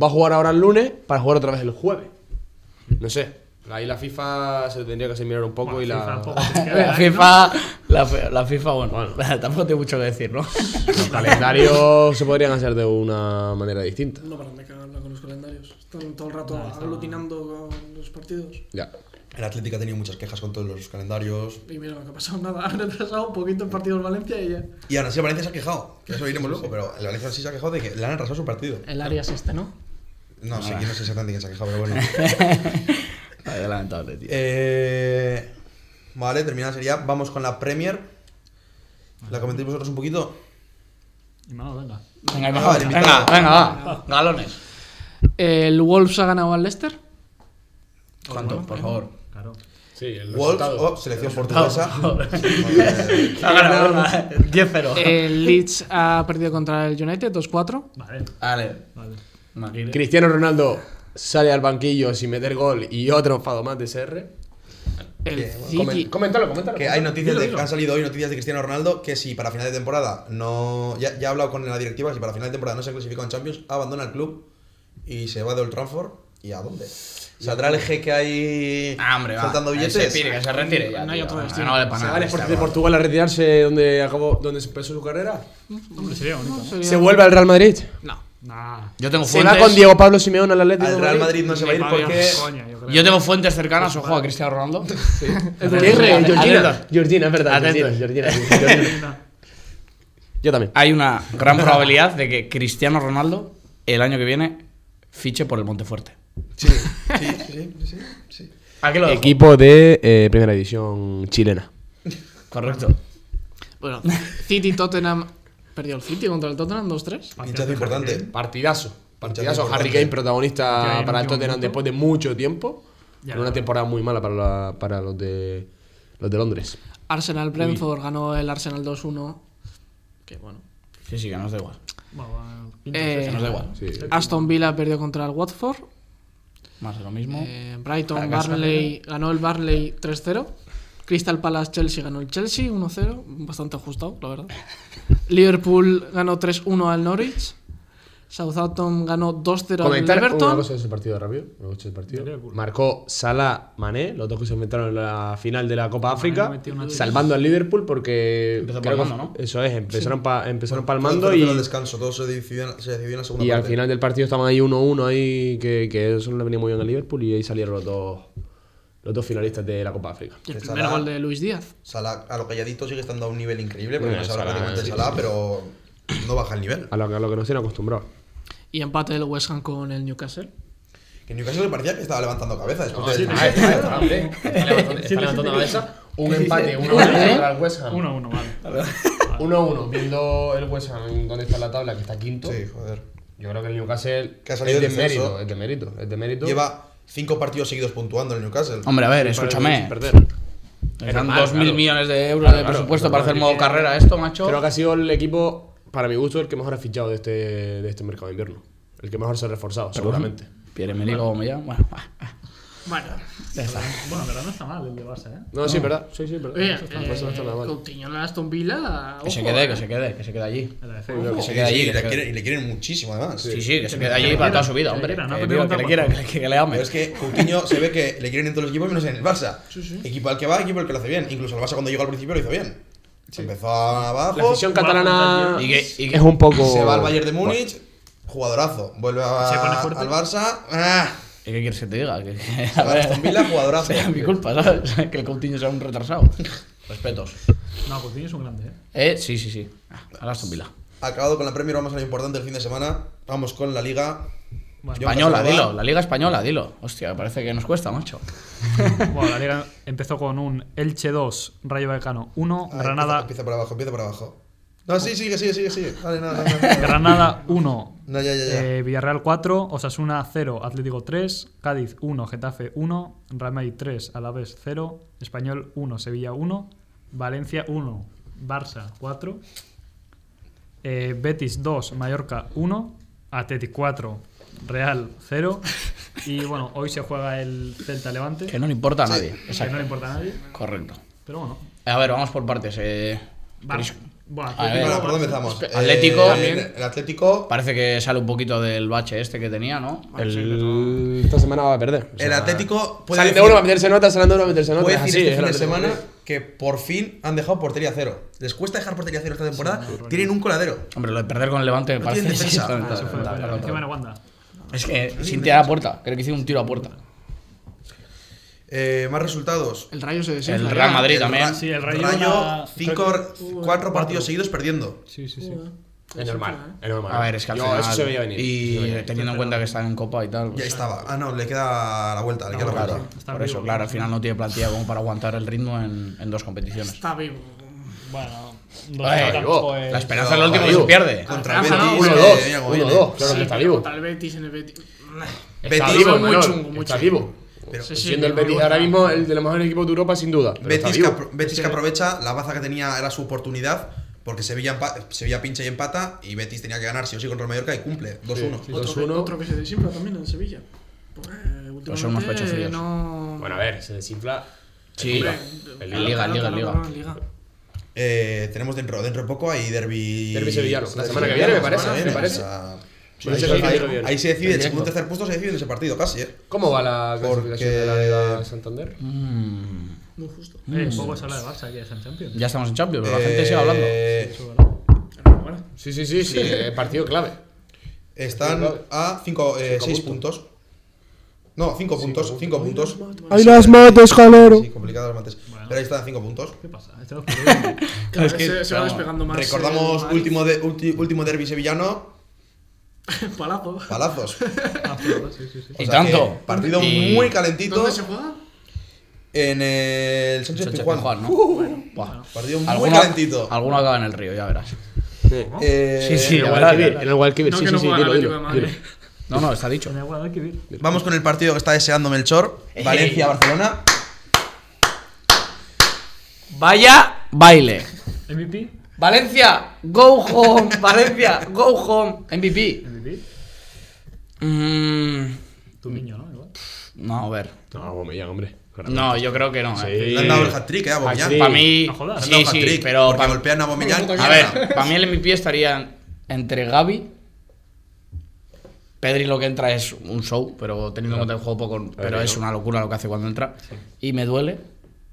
Speaker 3: va a jugar ahora el lunes para jugar otra vez el jueves. No sé. Ahí la FIFA se tendría que hacer mirar un poco
Speaker 2: Bueno,
Speaker 3: y la
Speaker 2: FIFA tampoco tiene que ver,
Speaker 4: [LAUGHS] La
Speaker 2: ¿eh?
Speaker 4: FIFA, la, fe- la FIFA, bueno, [LAUGHS] tampoco tengo mucho que decir, ¿no? [LAUGHS]
Speaker 3: los [LAUGHS] calendarios se podrían hacer de una manera distinta.
Speaker 5: No paran de cagarla con los calendarios. Están todo el rato aglutinando con los partidos.
Speaker 3: Ya.
Speaker 1: El Atlético ha tenido muchas quejas con todos los calendarios.
Speaker 5: Y mira, no ha pasado nada. [LAUGHS] Han retrasado un poquito el partido del Valencia y ya.
Speaker 1: Y ahora sí, el Valencia se ha quejado. Que eso iremos luego, pero el Valencia sí se ha quejado de que le han atrasado su partido.
Speaker 6: El área es este, ¿no?
Speaker 1: No sé, yo no sé exactamente quién se ha quejado, pero bueno. [LAUGHS]
Speaker 4: Ay, lamentable, tío.
Speaker 1: Eh, vale, terminada sería. Vamos con la Premier. ¿La comentéis vosotros un poquito?
Speaker 2: Y Manolo, venga.
Speaker 4: Venga,
Speaker 1: no,
Speaker 4: mejor.
Speaker 1: el
Speaker 4: venga,
Speaker 1: invitado.
Speaker 4: venga, va. Galones.
Speaker 6: El Wolves ha ganado al Leicester.
Speaker 4: ¿Cuánto? Por favor.
Speaker 2: Claro.
Speaker 3: Sí, el
Speaker 1: Wolves, oh, selección portuguesa. Joder.
Speaker 4: Ha ganado, venga, 10-0.
Speaker 6: El Leeds ha perdido contra el United 2-4.
Speaker 2: Vale,
Speaker 4: Vale.
Speaker 2: vale.
Speaker 4: Maguire.
Speaker 3: Cristiano Ronaldo sale al banquillo sin meter gol y otro enfado más de CR.
Speaker 6: El
Speaker 3: Comen-
Speaker 6: City.
Speaker 3: coméntalo, coméntalo.
Speaker 1: Que hay noticias de, que han salido hoy noticias de Cristiano Ronaldo que si para final de temporada no. Ya, ya he hablado con la directiva, si para final de temporada no se clasifica en Champions, abandona el club y se va de Old Trafford. ¿Y a dónde? ¿Saldrá el jeque ahí
Speaker 4: Ah, hombre, va.
Speaker 1: saltando
Speaker 4: Que
Speaker 1: billetes?
Speaker 4: se pire, que se retire. ya,
Speaker 6: No hay
Speaker 4: tío.
Speaker 6: otro
Speaker 4: Ah,
Speaker 6: destino.
Speaker 4: No vale para
Speaker 3: Se
Speaker 4: nada.
Speaker 3: va al
Speaker 4: esta
Speaker 3: Sporting de
Speaker 4: broma.
Speaker 3: Portugal a retirarse donde acabó, donde se empezó su carrera.
Speaker 2: Hombre, sería bonito. ¿no?
Speaker 6: Sería-
Speaker 3: Se vuelve al Real Madrid.
Speaker 6: No.
Speaker 2: Nah.
Speaker 4: Yo tengo
Speaker 3: Se va
Speaker 4: fuentes.
Speaker 3: con Diego Pablo Simeón al Atlético
Speaker 1: Al
Speaker 3: de
Speaker 1: Real Madrid no se va a ir
Speaker 2: Ni pa'
Speaker 1: porque.
Speaker 2: Dios, coña, yo creo.
Speaker 4: Yo tengo fuentes cercanas, ojo, a Cristiano
Speaker 6: [LAUGHS]
Speaker 4: Ronaldo.
Speaker 3: ¿Qué?
Speaker 4: Atento.
Speaker 3: Georgina.
Speaker 4: Atento.
Speaker 3: Georgina, es verdad.
Speaker 4: Atento.
Speaker 3: Georgina, Georgina, sí, Georgina. Ah, Yo también.
Speaker 4: Hay una gran probabilidad de que Cristiano Ronaldo el año que viene fiche por el Montefuerte.
Speaker 1: Sí, sí, sí, sí, sí.
Speaker 4: ¿A qué lo dejo?
Speaker 3: Equipo de eh, primera división chilena.
Speaker 4: Correcto.
Speaker 6: Bueno, City Tottenham. Perdió el City contra el Tottenham 2-3.
Speaker 1: Hinchazo importante.
Speaker 3: Partidazo. Partidazo.
Speaker 1: Partidazo
Speaker 3: Harry
Speaker 1: importante.
Speaker 3: Kane,
Speaker 2: Ya en
Speaker 3: protagonista
Speaker 2: el
Speaker 3: para el
Speaker 2: último
Speaker 3: Tottenham
Speaker 2: minuto.
Speaker 3: después de mucho tiempo.
Speaker 2: Ya
Speaker 3: En
Speaker 2: lo
Speaker 3: una
Speaker 2: veo.
Speaker 3: temporada muy mala para, la- para los de los de Londres.
Speaker 6: Arsenal Brentford ganó el Arsenal 2-1. Que bueno.
Speaker 4: Sí, sí, que nos da igual.
Speaker 2: Bueno, bueno, pinta,
Speaker 6: Eh,
Speaker 4: Que nos da igual.
Speaker 3: Sí.
Speaker 6: Aston Villa perdió contra el Watford.
Speaker 4: Más de lo mismo.
Speaker 6: Eh, Brighton
Speaker 4: Fracaso.
Speaker 6: Barnley ganó el Barnley 3-0. Crystal Palace Chelsea ganó el Chelsea 1-0. Bastante ajustado, la verdad. Liverpool ganó 3-1 al Norwich. Southampton ganó 2-0 al
Speaker 3: Comentar una
Speaker 6: Everton.
Speaker 3: cosa de ese partido rápido. Una cosa del partido.
Speaker 2: De Liverpool.
Speaker 3: Marcó Salah Mané, los dos que se enfrentaron en la final de la Copa África,
Speaker 2: metió una dosis.
Speaker 3: salvando al Liverpool porque.
Speaker 4: Empezó
Speaker 3: creo que-
Speaker 4: palmando, ¿no?
Speaker 3: Eso es, empezaron, pa- empezaron
Speaker 1: Todo
Speaker 3: palmando
Speaker 1: el
Speaker 3: y,
Speaker 1: cero al descanso, todo se decidió, en- se decidió en la segunda
Speaker 3: y al
Speaker 1: parte.
Speaker 3: final del partido estaban ahí 1-1, ahí que, que eso no le venía muy bien al Liverpool y ahí salieron los dos, los dos finalistas de la Copa África.
Speaker 6: Y el
Speaker 1: Que
Speaker 6: primer
Speaker 1: Salah-
Speaker 6: gol de Luis Díaz.
Speaker 1: Salah, a lo calladito sigue estando a un nivel increíble, porque
Speaker 3: Bueno,
Speaker 1: no se habla
Speaker 3: Salah,
Speaker 1: prácticamente de
Speaker 3: sí,
Speaker 1: Salah, pero no baja el nivel.
Speaker 3: A lo, que- a lo que nos tienen acostumbrados.
Speaker 6: Y empate del West Ham con el Newcastle.
Speaker 1: Que Newcastle le parecía que estaba levantando cabeza
Speaker 3: Ah,
Speaker 1: después de
Speaker 3: Está levantando la mesa. Un empate, 1-1 contra el West Ham.
Speaker 2: Uno a uno,
Speaker 4: [LAUGHS]
Speaker 2: vale.
Speaker 3: 1-1, viendo el West Ham donde está la tabla, que está quinto.
Speaker 1: Sí, joder.
Speaker 3: Yo creo que el Newcastle
Speaker 1: Que ha salido
Speaker 3: es de
Speaker 1: descenso.
Speaker 3: mérito, es de mérito, es de mérito.
Speaker 1: Lleva cinco partidos seguidos puntuando en el Newcastle.
Speaker 4: Hombre, a ver,
Speaker 3: Para
Speaker 4: escúchame.
Speaker 3: perder. Es
Speaker 4: Eran
Speaker 3: normal,
Speaker 4: 2.000
Speaker 3: claro.
Speaker 4: millones de euros
Speaker 3: Claro,
Speaker 4: de
Speaker 3: claro,
Speaker 4: presupuesto
Speaker 3: claro,
Speaker 4: para hacer
Speaker 3: claro.
Speaker 4: modo carrera esto, macho.
Speaker 3: Creo que ha sido el equipo, para mi gusto, el que mejor ha fichado de este, de este mercado de invierno. El que mejor se ha reforzado, seguramente.
Speaker 4: Pierre Emerick Aubameyang, bueno, va, va.
Speaker 6: Bueno,
Speaker 2: Bueno, pero no está mal el de Barça, ¿eh?
Speaker 3: No, sí, es verdad. Sí, sí, es verdad.
Speaker 6: oye, eh,
Speaker 3: Eso está- eso no
Speaker 5: eh,
Speaker 3: está nada mal.
Speaker 6: Coutinho en el Aston Villa.
Speaker 4: Que se
Speaker 6: ojo,
Speaker 4: quede,
Speaker 6: eh.
Speaker 4: que se quede, que se quede allí.
Speaker 2: El de
Speaker 4: Que
Speaker 1: Sí,
Speaker 4: se
Speaker 1: sí,
Speaker 4: quede allí.
Speaker 1: y,
Speaker 4: que
Speaker 1: le
Speaker 4: se
Speaker 1: quieren,
Speaker 4: quede-
Speaker 1: y le quieren muchísimo, además.
Speaker 4: Sí, sí, que se quede
Speaker 2: que
Speaker 4: allí
Speaker 2: le
Speaker 4: para toda
Speaker 2: quiera,
Speaker 4: su vida,
Speaker 2: que le
Speaker 4: hombre.
Speaker 2: quiera, no,
Speaker 4: Que
Speaker 2: pero
Speaker 4: viva,
Speaker 2: no
Speaker 4: que le
Speaker 2: tampoco.
Speaker 4: quiera, que le- que le ame.
Speaker 1: Pero es que Coutinho se ve que le quieren en todos los equipos menos en el Barça. Equipo al que va, equipo al que lo hace bien. Incluso el Barça cuando llegó al principio lo hizo bien. Empezó abajo,
Speaker 3: La afición catalana
Speaker 4: Y que- y que-
Speaker 3: es un poco...
Speaker 1: se va al Bayern de Múnich, jugadorazo. Vuelve a-
Speaker 2: Se pone fuerte.
Speaker 1: al Barça. ¡Ah!
Speaker 4: ¿Y qué quieres que te diga? Que, que-
Speaker 1: Al Aston Villa, jugadorazo.
Speaker 4: [LAUGHS] sea mi culpa, ¿sabes? Que el Coutinho sea un retrasado. Respetos.
Speaker 2: No, Coutinho es un grande, ¿eh?
Speaker 4: Eh, sí, sí, sí. Ah, Al Aston Villa.
Speaker 1: Acabado con la Premier, vamos a lo importante el fin de semana. Vamos con la Liga. Joan
Speaker 2: Bueno.
Speaker 4: Española,
Speaker 1: Casanova.
Speaker 4: dilo. La Liga Española, dilo. Hostia, parece que nos cuesta, macho.
Speaker 2: Bueno, la liga empezó con un Elche 2, Rayo Vallecano 1,
Speaker 1: Ah,
Speaker 2: Granada,
Speaker 1: Empieza, empieza por abajo, empieza por abajo. No, sí, sigue, sigue, sigue, sigue. Dale, no, no, no,
Speaker 2: Eh,
Speaker 1: no.
Speaker 2: Granada 1,
Speaker 1: No, ya, ya, ya.
Speaker 2: eh, Villarreal 4, Osasuna 0, Atlético 3, Cádiz 1, Getafe 1, Real Madrid 3, Alavés 0, Español 1, Sevilla 1, Valencia 1, Barça 4, eh, Betis 2, Mallorca 1, Atleti 4, Real 0 y bueno, hoy se juega el Celta Levante,
Speaker 4: Que
Speaker 2: que
Speaker 4: no le importa a nadie.
Speaker 2: no
Speaker 4: Exacto.
Speaker 2: le importa a nadie,
Speaker 4: Correcto.
Speaker 2: pero bueno.
Speaker 4: A ver, vamos por partes. Eh,
Speaker 2: Bar-
Speaker 4: Cris-
Speaker 2: Bueno,
Speaker 4: A ver.
Speaker 1: Bueno,
Speaker 2: Atlético,
Speaker 1: ¿por dónde empezamos?
Speaker 4: Espe- Atlético.
Speaker 1: el, el Atlético.
Speaker 4: Parece que sale un poquito del bache este que tenía, ¿no?
Speaker 3: El- Esta semana va Pues a perder. O sea,
Speaker 1: El Atlético puede
Speaker 3: Salen de
Speaker 1: decir-
Speaker 3: uno va a meterse nota, salen de uno va a meterse nota.
Speaker 1: Puede
Speaker 3: es
Speaker 1: decir
Speaker 3: así,
Speaker 1: este
Speaker 3: es
Speaker 1: fin
Speaker 3: el
Speaker 1: de
Speaker 3: Atlético
Speaker 1: semana
Speaker 3: de Madrid.
Speaker 1: que por fin han dejado portería cero. Les cuesta dejar portería cero esta temporada.
Speaker 2: no, no, no.
Speaker 1: Tienen un coladero.
Speaker 4: Hombre, lo de perder con el Levante me
Speaker 1: No
Speaker 4: parece.
Speaker 1: tienen defensa.
Speaker 4: [LAUGHS] está- está-
Speaker 1: Ah,
Speaker 2: se fue,
Speaker 4: está- está-
Speaker 2: pero encima no
Speaker 4: está-
Speaker 2: aguanta.
Speaker 4: Es que sin tirar a puerta. Creo que hice un tiro a puerta.
Speaker 1: Eh, más resultados.
Speaker 6: El Rayo se desinfla.
Speaker 4: El Real
Speaker 6: ya.
Speaker 4: Madrid
Speaker 1: El
Speaker 4: también.
Speaker 1: Ra-
Speaker 2: Sí, el Rayo una- Uh,
Speaker 1: cinco- cuatro partidos seguidos perdiendo.
Speaker 2: Sí, sí, sí.
Speaker 3: Es normal, es normal.
Speaker 4: A ver, es que al
Speaker 3: Yo,
Speaker 4: final-
Speaker 3: eso se veía venir.
Speaker 4: Y
Speaker 3: se veía venir.
Speaker 4: teniendo en cuenta que están en Copa y tal.
Speaker 1: Ya
Speaker 4: pues,
Speaker 1: estaba. Ah, no, le queda la vuelta. Le queda la vuelta.
Speaker 4: claro,
Speaker 2: Está
Speaker 4: por eso,
Speaker 2: vivo.
Speaker 4: claro, al final no tiene plantilla como para aguantar el ritmo en, en dos competiciones.
Speaker 5: Está vivo.
Speaker 2: Bueno,
Speaker 4: Ay,
Speaker 2: no tampoco
Speaker 3: digo,
Speaker 2: es-
Speaker 4: La esperanza es lo último que se
Speaker 3: Digo,
Speaker 4: pierde.
Speaker 1: Contra el
Speaker 5: Rafa, no,
Speaker 1: Betis.
Speaker 5: uno,
Speaker 1: eh,
Speaker 5: dos,
Speaker 1: venía como
Speaker 3: Ah, Uno,
Speaker 1: viene.
Speaker 3: dos, claro
Speaker 5: Sí,
Speaker 3: que está
Speaker 5: pero
Speaker 3: vivo.
Speaker 5: Contra el Betis en el Betis.
Speaker 3: Está
Speaker 1: Betis,
Speaker 3: vivo,
Speaker 6: muy
Speaker 3: Manol,
Speaker 6: chungo, muy
Speaker 3: Está
Speaker 6: chungo.
Speaker 3: vivo.
Speaker 1: Pero-
Speaker 6: Sí, sí,
Speaker 3: Siendo el
Speaker 6: muy
Speaker 3: Betis
Speaker 6: bueno.
Speaker 3: ahora mismo el de los mejores equipos de Europa, sin duda. pero está
Speaker 1: Betis, que,
Speaker 3: vivo.
Speaker 1: apro- Betis que aprovecha, la baza que tenía era su oportunidad, porque Sevilla, empa- Sevilla pincha y empata, y Betis tenía que ganar sí o sí contra el Mallorca y cumple, 2-1.
Speaker 5: Otro,
Speaker 3: 2-1.
Speaker 5: que- otro que se desinfla también en Sevilla. Pues, eh,
Speaker 4: Pues son unos
Speaker 5: últimamente,
Speaker 4: pechofríos.
Speaker 6: No.
Speaker 3: Bueno, a ver, se desinfla.
Speaker 4: Sí,
Speaker 5: Hombre,
Speaker 4: en
Speaker 5: claro,
Speaker 4: Liga, en
Speaker 5: claro,
Speaker 4: Liga, en
Speaker 5: claro,
Speaker 4: Liga.
Speaker 5: claro, en Liga.
Speaker 1: Eh, tenemos dentro, dentro de poco hay derby.
Speaker 3: Derbi sevillano, la semana que viene, me parece, me parece. Sí,
Speaker 1: ahí,
Speaker 3: sí,
Speaker 1: ahí-
Speaker 3: sí,
Speaker 1: ahí-
Speaker 3: lo viene.
Speaker 1: ahí se decide, el
Speaker 4: Directo.
Speaker 1: segundo y tercer puesto se decide en ese partido, casi, ¿eh?
Speaker 3: ¿Cómo va la clasificación de la
Speaker 1: Porque-
Speaker 3: Liga de Santander?
Speaker 4: Mm,
Speaker 5: Muy justo.
Speaker 2: Eh, poco se habla de Barça aquí, es en Champions.
Speaker 4: ya estamos en Champions, pero la gente sigue hablando.
Speaker 1: Eh,
Speaker 2: Eso, ¿verdad?
Speaker 3: Sí, sí, sí, sí, eh, partido clave.
Speaker 1: Están a 6 puntos. No, 5 puntos, 5 puntos.
Speaker 7: Ahí las mates, jalero.
Speaker 1: Sí, complicadas las mates. Pero ahí están a 5 puntos.
Speaker 2: ¿Qué pasa? Este dos por uno.
Speaker 5: Cada
Speaker 4: Es
Speaker 5: vez
Speaker 4: que,
Speaker 5: se, se va
Speaker 4: vamos,
Speaker 5: despegando más.
Speaker 1: Recordamos
Speaker 5: eh,
Speaker 1: último, de, ulti- último derby sevillano,
Speaker 5: [LAUGHS] Palazo. [LAUGHS]
Speaker 1: palazos.
Speaker 2: Ah, pero, sí, sí, sí.
Speaker 4: Y
Speaker 1: O sea
Speaker 4: tanto.
Speaker 1: que Partido
Speaker 4: Y-
Speaker 1: muy calentito
Speaker 5: ¿Dónde se juega?
Speaker 1: en el Sánchez
Speaker 4: Sánchez
Speaker 1: Pizjuán.
Speaker 4: Pizjuán, ¿no? Buah.
Speaker 1: Partido muy
Speaker 4: Alguno,
Speaker 1: calentito.
Speaker 4: alguno acaba en el río, ya verás.
Speaker 1: Eh,
Speaker 4: Sí, sí,
Speaker 3: En el
Speaker 4: la verdad,
Speaker 3: Guadalquivir, en el Guadalquivir,
Speaker 5: No,
Speaker 3: sí,
Speaker 5: que
Speaker 3: sí,
Speaker 5: no
Speaker 3: sí,
Speaker 5: juega el
Speaker 3: dilo,
Speaker 5: Atlético
Speaker 3: dilo,
Speaker 5: de Madrid.
Speaker 3: dilo.
Speaker 4: No, no, está dicho.
Speaker 2: En el Guadalquivir.
Speaker 1: Vamos con el partido que está deseando Melchor.
Speaker 4: Eh.
Speaker 1: Valencia-Barcelona.
Speaker 4: Vaya baile.
Speaker 2: MVP.
Speaker 4: Valencia, go home. Valencia, go home. MVP.
Speaker 2: MVP.
Speaker 4: Mm,
Speaker 2: Tu niño, ¿no? Igual.
Speaker 4: no, a ver.
Speaker 3: No, Bomellán, hombre.
Speaker 4: No, yo creo que no. eh.
Speaker 1: Le han dado el hat-trick, eh, a Bomellán.
Speaker 3: Hat-trick.
Speaker 1: Le
Speaker 4: Para mí,
Speaker 2: No jodas.
Speaker 1: han dado
Speaker 4: sí, sí,
Speaker 1: hat-trick
Speaker 4: pero
Speaker 1: porque
Speaker 4: pa-
Speaker 1: golpean a Ah. Bomellán.
Speaker 4: a ver, para mí el MVP estaría entre Gaby. Pedri lo que entra es un show, pero teniendo en cuenta el juego poco, pero es una locura lo que hace cuando entra. Y me duele,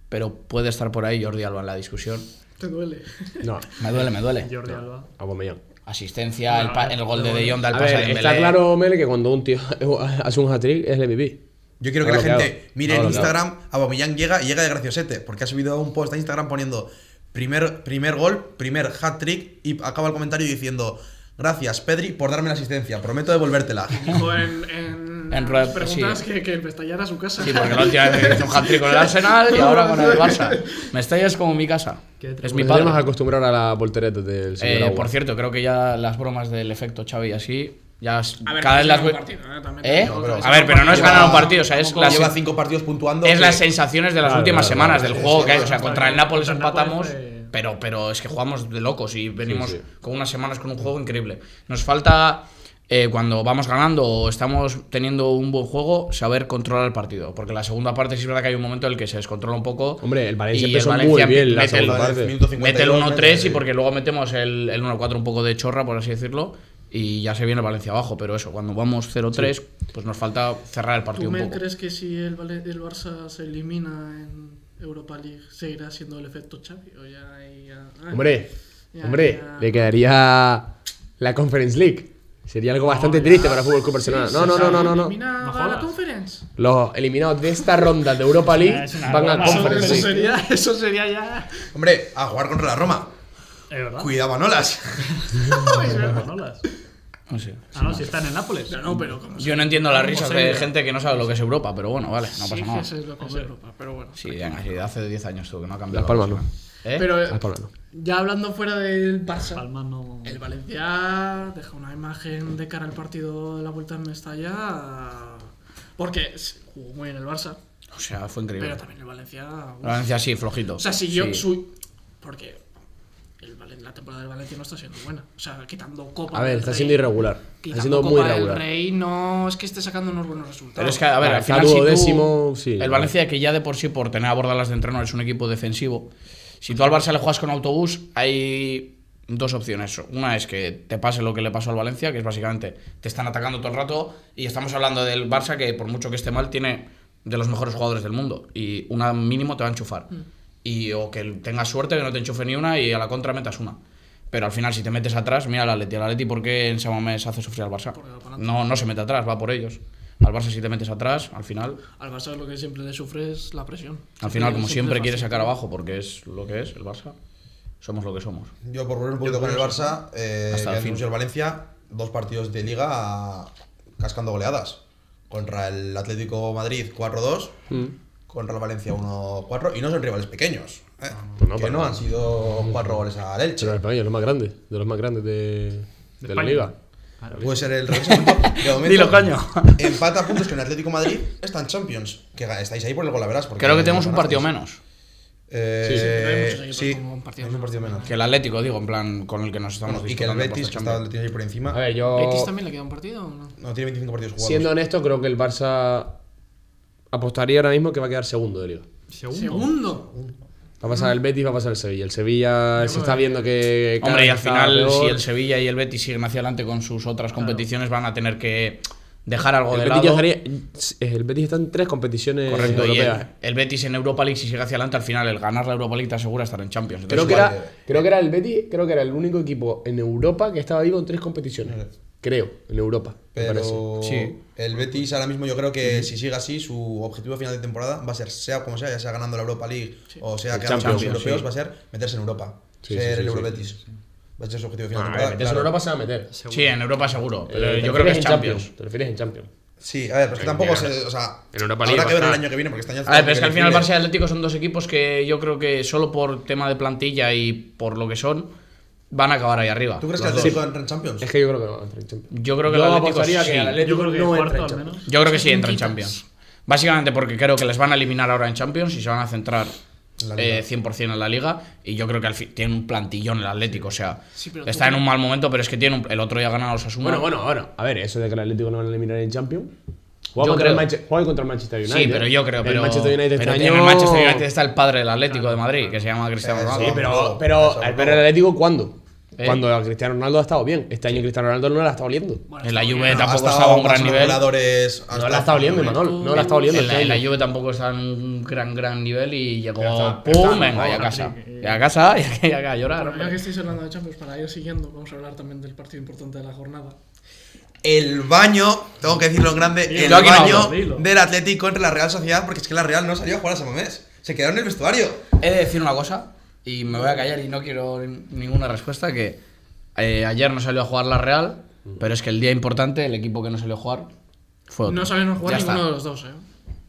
Speaker 4: pero puede estar por ahí Jordi Alba en la discusión.
Speaker 5: [LAUGHS] Te duele.
Speaker 3: No,
Speaker 4: Me duele, me duele.
Speaker 2: Jordi Alba.
Speaker 3: a Bomellán.
Speaker 4: Asistencia, el, pa- el gol de De Jong da el
Speaker 3: A
Speaker 4: pase
Speaker 3: ver,
Speaker 4: de
Speaker 3: está
Speaker 4: Dembélé.
Speaker 3: claro, Mele, que cuando un tío [LAUGHS] hace un hat-trick es el MVP.
Speaker 1: Yo quiero que la
Speaker 3: Ahora lo que
Speaker 1: gente
Speaker 3: hago.
Speaker 1: mire
Speaker 3: Ahora
Speaker 1: en
Speaker 3: lo que hago.
Speaker 1: Instagram. A Bomellán llega y llega de graciosete. Porque ha subido un post a Instagram poniendo primer, primer gol, primer hat-trick. Y acaba el comentario diciendo: Gracias, Pedri, por darme la asistencia. Prometo devolvértela.
Speaker 4: ¿Eh?
Speaker 5: Dijo en. En,
Speaker 4: [LAUGHS] En
Speaker 5: las
Speaker 4: rueda-
Speaker 5: preguntas
Speaker 4: sí.
Speaker 5: que, que el Pestallar a su casa.
Speaker 4: Sí, porque la última vez que hizo un hat-trick con el Arsenal y ahora con el
Speaker 3: [LAUGHS]
Speaker 4: Barça. Mestalla es como mi casa.
Speaker 2: Qué
Speaker 4: Es mi
Speaker 3: Me podemos
Speaker 4: padre.
Speaker 3: acostumbrar a la voltereta del señor
Speaker 4: Eh,
Speaker 3: Agua.
Speaker 4: por cierto, creo que ya las bromas del efecto Xavi y así, ya s-
Speaker 5: [LAUGHS] A ver,
Speaker 4: cada vez las...
Speaker 5: un
Speaker 4: ve-
Speaker 5: partido, eh, también.
Speaker 4: ¿Eh?
Speaker 5: te digo,
Speaker 1: pero-
Speaker 5: es
Speaker 4: a ver, pero no es
Speaker 1: Lleva-
Speaker 4: ganar un partido, o sea, es
Speaker 5: Tampoco
Speaker 4: las,
Speaker 1: Lleva cinco partidos puntuando.
Speaker 4: es
Speaker 1: que-
Speaker 4: las sensaciones de las
Speaker 3: Claro,
Speaker 4: últimas
Speaker 3: claro,
Speaker 4: semanas
Speaker 3: claro,
Speaker 4: del
Speaker 3: sí,
Speaker 4: juego
Speaker 1: sí,
Speaker 4: que hay. O
Speaker 1: claro,
Speaker 4: sea,
Speaker 2: sí.
Speaker 4: contra el Nápoles
Speaker 2: Contra el
Speaker 4: empatamos,
Speaker 2: Nápoles fue-
Speaker 4: pero, pero es que jugamos de locos y venimos
Speaker 3: sí.
Speaker 4: con unas semanas con un juego increíble. Nos falta, eh, cuando vamos ganando o estamos teniendo un buen juego, saber controlar el partido. Porque la segunda parte sí es verdad que hay un momento en el que se descontrola un poco.
Speaker 3: Hombre, el Valencia
Speaker 4: y
Speaker 3: empezó muy bien la
Speaker 4: mete el-
Speaker 3: segunda parte.
Speaker 1: Minuto
Speaker 4: Mete el
Speaker 1: 52,
Speaker 4: 1-3
Speaker 1: sí.
Speaker 4: y porque luego metemos el, el 1-4 un poco de chorra, por así decirlo, y ya se viene Valencia abajo. Pero eso, cuando vamos 0-3, pues nos falta cerrar el partido
Speaker 5: ¿Tú
Speaker 4: un
Speaker 5: me
Speaker 4: poco.
Speaker 5: crees que si el, Vale- el Barça se elimina en Europa League seguirá siendo el efecto Xavi? O ya,
Speaker 3: eh.
Speaker 5: hay- ya- ay,
Speaker 3: Hombre,
Speaker 5: ya-
Speaker 3: hombre,
Speaker 5: ya-
Speaker 3: le quedaría la Conference League. Sería algo bastante
Speaker 2: ya.
Speaker 3: triste para el Fútbol Club Barcelona.
Speaker 5: Sí,
Speaker 3: no,
Speaker 5: se
Speaker 3: no, no,
Speaker 5: sabe,
Speaker 3: no, no, no.
Speaker 5: Elimina
Speaker 2: No
Speaker 5: a la
Speaker 2: jodas.
Speaker 5: Conference.
Speaker 3: Los eliminados de esta ronda de Europa League
Speaker 2: Es una
Speaker 3: van a
Speaker 2: broma,
Speaker 3: Conference
Speaker 5: Eso
Speaker 2: hombre,
Speaker 3: League.
Speaker 5: sería, [LAUGHS] eso sería ya.
Speaker 1: Hombre, a jugar contra la Roma.
Speaker 2: Es verdad.
Speaker 1: Cuidado, Manolas.
Speaker 2: Es verdad, Manolas.
Speaker 4: No sé.
Speaker 2: Ah, no, si están en Nápoles.
Speaker 5: No, pero como
Speaker 4: Yo no entiendo las risas de
Speaker 2: sería?
Speaker 4: gente que no sabe lo que es Europa, pero bueno, vale, no pasa
Speaker 5: sí,
Speaker 4: nada.
Speaker 5: que es lo que es Europa, pero bueno.
Speaker 4: Sí, venga, sí, hace 10 años tú, que no ha cambiado.
Speaker 3: Las Palmas no.
Speaker 4: ¿Eh?
Speaker 5: Pero
Speaker 3: Las
Speaker 5: eh,
Speaker 3: Palmas no.
Speaker 5: ya hablando fuera del Barça,
Speaker 2: Palma no.
Speaker 5: el Valencia deja una imagen de cara al partido de la vuelta en Mestalla. Porque s- jugó muy bien el Barça,
Speaker 4: O sea, fue increíble.
Speaker 5: pero también el Valencia. uf.
Speaker 4: Valencia sí, flojito.
Speaker 5: O sea, si yo
Speaker 4: Sí.
Speaker 5: soy. Porque el Valen- la temporada del Valencia no está siendo buena. O sea, quitando Copa.
Speaker 3: A ver,
Speaker 5: del
Speaker 3: está
Speaker 5: Rey,
Speaker 3: siendo irregular. Está
Speaker 5: quitando
Speaker 3: siendo muy
Speaker 5: Copa del
Speaker 3: irregular.
Speaker 5: Rey no es que esté sacando unos buenos resultados.
Speaker 4: Pero es que, a ver,
Speaker 3: Ah,
Speaker 4: al final.
Speaker 3: está
Speaker 4: si tú-
Speaker 3: duodécimo, sí.
Speaker 4: el Valencia, que ya de por sí, por tener a Bordalas de entreno, es un equipo defensivo. Si tú al Barça le juegas con autobús, hay dos opciones. Una es que te pase lo que le pasó al Valencia, que es básicamente te están atacando todo el rato. Y estamos hablando del Barça, que por mucho que esté mal, tiene de los mejores jugadores del mundo. Y una mínimo te va a enchufar. Y o que tengas suerte, que no te enchufe ni una, y a la contra metas una. Pero al final, si te metes atrás, mira al Atleti. Al Atleti, ¿por qué en Samamés hace sufrir al Barça? No, no se mete atrás, va por ellos. Al Barça, si te metes atrás, al final
Speaker 5: Al Barça lo que siempre le sufre es la presión.
Speaker 4: al final, como siempre,
Speaker 5: le
Speaker 4: quiere sacar
Speaker 5: facilita.
Speaker 4: abajo porque es lo que es el Barça. Somos lo que somos.
Speaker 1: Yo por volver un poquito con el Barça, eh,
Speaker 4: Hasta
Speaker 1: que
Speaker 4: el
Speaker 1: anunció
Speaker 4: fin.
Speaker 1: el Valencia, dos partidos de liga ah, cascando goleadas. Contra el Atlético Madrid 4-2,
Speaker 4: Mm.
Speaker 1: contra el Valencia 1-4, y no son rivales pequeños. eh,
Speaker 4: Ah,
Speaker 3: no,
Speaker 1: que
Speaker 3: para
Speaker 1: no
Speaker 3: nada.
Speaker 1: han sido cuatro goles al Elche.
Speaker 3: Pero el España es lo más grande, de los más grandes de, de la
Speaker 2: España.
Speaker 3: liga.
Speaker 2: Claro.
Speaker 1: Puede ser el resultado.
Speaker 4: [LAUGHS]
Speaker 1: De momento,
Speaker 4: Dilo, coño.
Speaker 1: [LAUGHS] Empata puntos con el Atlético Madrid, están Champions. Que ga- estáis ahí por el gol, la verás. porque
Speaker 4: Creo que tenemos un partido
Speaker 1: ganasteis.
Speaker 4: menos
Speaker 1: Eh,
Speaker 5: Sí, sí, pero hay muchos equipos
Speaker 1: sí,
Speaker 5: con un partido
Speaker 1: hay un partido menos.
Speaker 4: que el Atlético, digo, en plan con el que nos estamos
Speaker 1: Bueno, y que el
Speaker 4: disputando
Speaker 1: Betis, que está,
Speaker 4: por esta
Speaker 1: lo
Speaker 4: Champions.
Speaker 1: tiene ahí por encima,
Speaker 3: A ver, yo.
Speaker 6: ¿Betis también le queda un partido o no?
Speaker 1: no tiene 25 partidos jugados.
Speaker 3: Siendo honesto, creo que el Barça apostaría ahora mismo que va a quedar segundo de liga.
Speaker 2: Segundo.
Speaker 5: Segundo.
Speaker 3: Va a
Speaker 5: Mm.
Speaker 3: pasar el Betis, va a pasar el Sevilla. El Sevilla se está viendo que. cada
Speaker 4: Hombre, y
Speaker 3: vez
Speaker 4: al
Speaker 3: está
Speaker 4: final,
Speaker 3: peor.
Speaker 4: si el Sevilla y el Betis siguen hacia adelante con sus otras competiciones, van a tener que dejar algo de
Speaker 3: El Betis,
Speaker 4: lado.
Speaker 3: estaría- el Betis está en tres competiciones
Speaker 4: Correcto, y
Speaker 3: europeas.
Speaker 4: el, el Betis en Europa League, si sigue hacia adelante, al final el ganar la Europa League te asegura estar en Champions.
Speaker 3: Creo
Speaker 4: Entonces,
Speaker 3: que,
Speaker 1: igual
Speaker 3: era, creo que era el Betis, creo que era el único equipo en Europa que estaba vivo en tres competiciones. Creo, en Europa, me parece.
Speaker 1: Pero
Speaker 4: Sí.
Speaker 1: el Betis ahora mismo yo creo que si sigue así, su objetivo a final de temporada va a ser, sea como sea, ya sea ganando la Europa League o sea que los
Speaker 3: Champions,
Speaker 1: europeos,
Speaker 3: sí.
Speaker 1: va a ser meterse en Europa.
Speaker 3: Sí,
Speaker 1: ser
Speaker 3: sí, sí,
Speaker 1: el
Speaker 3: sí.
Speaker 1: Eurobetis. Va a ser su objetivo a final
Speaker 3: Ah,
Speaker 1: de
Speaker 3: a ver,
Speaker 1: temporada.
Speaker 3: meterse en
Speaker 1: claro.
Speaker 3: Europa se va a meter.
Speaker 4: Sí, en Europa seguro, pero
Speaker 3: Eh, te
Speaker 4: yo creo que
Speaker 3: refieres
Speaker 4: es
Speaker 3: en
Speaker 4: Champions.
Speaker 3: Te refieres en Champions.
Speaker 1: Sí, a ver, pero es que tampoco se. O sea,
Speaker 3: en Europa
Speaker 1: habrá
Speaker 3: League
Speaker 1: que ver
Speaker 3: va a
Speaker 1: el
Speaker 3: estar.
Speaker 1: año que viene porque este año
Speaker 4: A ver, pero es que al final
Speaker 1: define.
Speaker 4: Barça y Atlético son dos equipos que yo creo que solo por tema de plantilla y por lo que son, van a acabar ahí arriba.
Speaker 1: ¿Tú crees que
Speaker 4: Los
Speaker 1: el
Speaker 4: dos.
Speaker 1: Atlético entra en Champions?
Speaker 3: Es que yo creo que no va a entrar en Champions.
Speaker 4: Yo creo que
Speaker 3: Yo
Speaker 4: el Atlético
Speaker 3: apostaría
Speaker 4: sí.
Speaker 3: que el Atlético-
Speaker 2: Yo creo que
Speaker 3: No entra
Speaker 2: cuarto
Speaker 3: en
Speaker 2: al
Speaker 3: Champions.
Speaker 2: menos.
Speaker 4: Yo creo que sí entra en
Speaker 5: Quintas.
Speaker 4: Champions. Básicamente porque creo que les van a eliminar ahora en Champions y se van a centrar
Speaker 1: la Liga.
Speaker 4: eh, 100% en la liga. Y yo creo que al fin tiene un plantillón el Atlético. O sea,
Speaker 5: Sí, pero
Speaker 4: está
Speaker 5: tú-
Speaker 4: en un mal momento, pero es que tiene un- el otro día ganado los Asuna.
Speaker 3: Bueno, bueno, ahora. A ver, eso de que el Atlético no van a eliminar en Champions. Juega, contra
Speaker 4: Yo
Speaker 3: el,
Speaker 4: creo-
Speaker 3: Manche- juega contra el Manchester United.
Speaker 4: Sí, pero yo creo.
Speaker 3: El
Speaker 4: Pero,
Speaker 3: Manchester United
Speaker 4: pero
Speaker 3: este
Speaker 4: tiene- en el
Speaker 3: año-
Speaker 4: Manchester United está el padre del Atlético de Madrid, que se llama Cristiano
Speaker 1: Eh, sí,
Speaker 4: Ronaldo.
Speaker 3: Sí,
Speaker 1: Eso,
Speaker 3: pero,
Speaker 1: eso,
Speaker 3: pero el
Speaker 1: no.
Speaker 3: Pedro Atlético, ¿cuándo?
Speaker 4: ¿Eh?
Speaker 3: Cuando a Cristiano Ronaldo ha estado bien. Este año Cristiano Ronaldo no la está oliendo.
Speaker 4: en la Juve
Speaker 1: No,
Speaker 4: tampoco
Speaker 1: ha estado
Speaker 4: estaba a un
Speaker 1: más
Speaker 4: gran nivel.
Speaker 1: reguladores, ha
Speaker 3: No la
Speaker 1: estado-
Speaker 3: está oliendo, Manol. No la está oliendo.
Speaker 4: En
Speaker 3: este
Speaker 4: la, en la
Speaker 3: año.
Speaker 4: Juve tampoco está en un gran, gran nivel y llegó.
Speaker 3: Pero está- pero
Speaker 4: ¡Pum!
Speaker 3: está-
Speaker 4: Venga, ya a casa. Ya a casa, [LAUGHS] ya que- ya que a llorar.
Speaker 5: Bueno, ya
Speaker 6: eh.
Speaker 5: que
Speaker 4: hombre.
Speaker 5: estáis hablando de Champions, para ir siguiendo, vamos a hablar también del partido importante de la jornada.
Speaker 1: El baño, tengo que decirlo en grande,
Speaker 2: Dilo,
Speaker 1: el
Speaker 4: yo aquí no
Speaker 1: baño
Speaker 2: hablo, dilo.
Speaker 1: del Atlético contra la Real Sociedad, porque es que la Real no salió a jugar a Samamés. Se quedaron en el vestuario.
Speaker 4: He de decir una cosa y me voy a callar y no quiero ni- ninguna respuesta: que eh, ayer no salió a jugar la Real, pero es que el día importante, el equipo que no salió a jugar fue otro.
Speaker 5: No salieron a
Speaker 4: Ya
Speaker 5: jugar
Speaker 4: está.
Speaker 5: ninguno de los dos, ¿eh?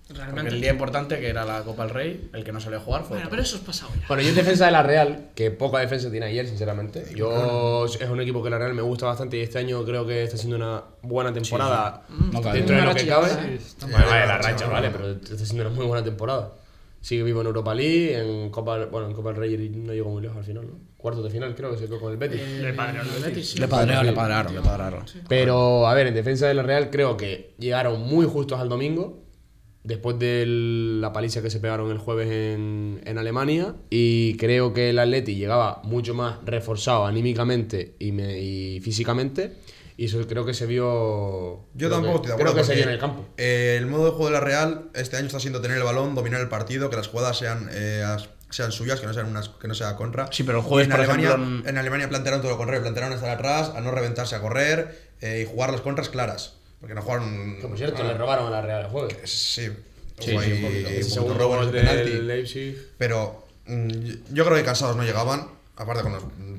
Speaker 4: Porque
Speaker 5: Realmente.
Speaker 4: el día importante, que era la Copa del Rey, el que no salió a jugar fue
Speaker 5: Bueno,
Speaker 4: otro.
Speaker 5: pero eso es pasado ya.
Speaker 3: Bueno, yo en defensa de la Real, que poca defensa tiene ayer, sinceramente. Yo es un equipo que la Real me gusta bastante y este año creo que está siendo una buena temporada
Speaker 4: No cabe.
Speaker 3: mm, dentro de
Speaker 5: Una
Speaker 3: lo que
Speaker 5: racha,
Speaker 3: cabe.
Speaker 5: ¿eh?
Speaker 3: Vale, vale, la racha, vale, pero está siendo una muy buena temporada. Sigue vivo en Europa League, en Copa, bueno, en Copa del Rey no llegó muy lejos al final, ¿no? Cuartos de final creo que se quedó con el Betis.
Speaker 2: Le padrearon el Betis.
Speaker 4: Le padraron, le padraron, le padraron.
Speaker 3: Pero, a ver, en defensa de la Real creo que llegaron muy justos al domingo, después de el- la paliza que se pegaron el jueves en, en Alemania, y creo que el Atleti llegaba mucho más reforzado anímicamente y, me- y físicamente, y eso creo que se vio...
Speaker 1: Yo
Speaker 3: creo
Speaker 1: tampoco estoy
Speaker 3: que-
Speaker 1: de acuerdo.
Speaker 3: Creo que se
Speaker 1: porque,
Speaker 3: vio en el campo.
Speaker 1: eh, el modo de juego de la Real este año está siendo tener el balón, dominar el partido, que las jugadas sean, eh, as- sean suyas, que no sean unas, que no sea contra.
Speaker 4: Sí, pero el jueves,
Speaker 1: Y en
Speaker 4: por
Speaker 1: Alemania,
Speaker 4: ejemplo, en-
Speaker 1: en Alemania plantearon todo lo contrario, plantearon estar atrás, a no reventarse a correr, eh, y jugar las contras claras. Porque no jugaron.
Speaker 3: Que por cierto,
Speaker 1: ah,
Speaker 3: le robaron a la Real el jueves.
Speaker 1: Sí.
Speaker 3: Sí,
Speaker 1: Hubo
Speaker 3: sí,
Speaker 1: ahí
Speaker 3: un poquito. Ese
Speaker 1: un
Speaker 3: segundo
Speaker 1: robo en
Speaker 3: gol
Speaker 1: ese
Speaker 3: del
Speaker 1: penalti.
Speaker 3: Leipzig.
Speaker 1: Pero mm, yo- yo creo que cansados no llegaban. Aparte con los. mm,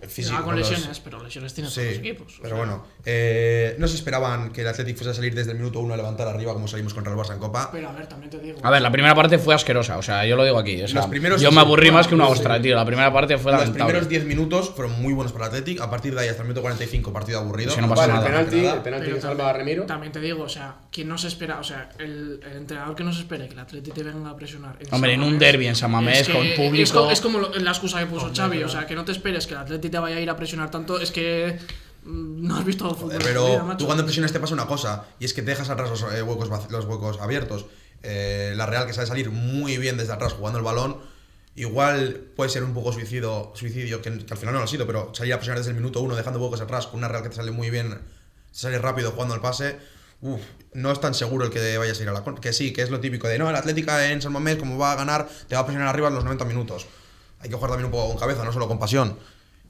Speaker 5: Llega
Speaker 1: físicos,
Speaker 5: con
Speaker 1: los-
Speaker 5: lesiones, pero lesiones tiene
Speaker 1: Sí,
Speaker 5: todos los equipos. o
Speaker 1: pero
Speaker 5: sea,
Speaker 1: bueno, eh, no se esperaban que el Athletic fuese a salir desde el minuto uno a levantar arriba como salimos contra el Barça en Copa.
Speaker 5: Pero a ver, también te digo.
Speaker 4: A ver, la primera parte fue asquerosa, o sea, yo lo digo aquí. o sea,
Speaker 1: Los primeros-
Speaker 4: yo me aburrí más que una
Speaker 1: Sí.
Speaker 4: ostra, tío. La primera parte fue
Speaker 1: Los
Speaker 4: lamentable.
Speaker 1: primeros 10 minutos fueron muy buenos para el Athletic. A partir de ahí hasta el minuto 45, partido aburrido.
Speaker 4: Sí, Pues no pasa
Speaker 3: Vale, el
Speaker 4: nada.
Speaker 3: penalti, el
Speaker 5: pero
Speaker 3: penalti que
Speaker 5: también-
Speaker 3: salva a Remiro.
Speaker 5: También te digo, o sea, quien no se espera, o sea, el, el entrenador que no se espere que el Atleti te venga a presionar.
Speaker 4: Hombre, en un
Speaker 5: Samamés,
Speaker 4: derbi en Samamés,
Speaker 5: que-
Speaker 4: con
Speaker 5: Es
Speaker 4: público.
Speaker 5: co- es como, lo- la excusa que puso Xavi, o sea, que no te esperes que el Atleti te vaya a ir a presionar tanto, es que mm, no has visto fútbol.
Speaker 1: Joder,
Speaker 5: en tu vida,
Speaker 1: Eh, pero
Speaker 5: macho.
Speaker 1: tú cuando presionas te pasa una cosa, y es que te dejas atrás los eh, huecos, vac- los huecos abiertos. Eh, la Real que sabe salir muy bien desde atrás jugando el balón, igual puede ser un poco suicidio, suicidio que, que al final no lo ha sido, pero salir a presionar desde el minuto uno dejando huecos atrás con una Real que te sale muy bien, sale rápido jugando el pase. Uf, no es tan seguro el que vayas a ir a la contra. Que sí, que es lo típico de no, el Atlética en San Mamés, como va a ganar, te va a presionar arriba en los 90 minutos. Hay que jugar también un poco con cabeza, no solo con pasión.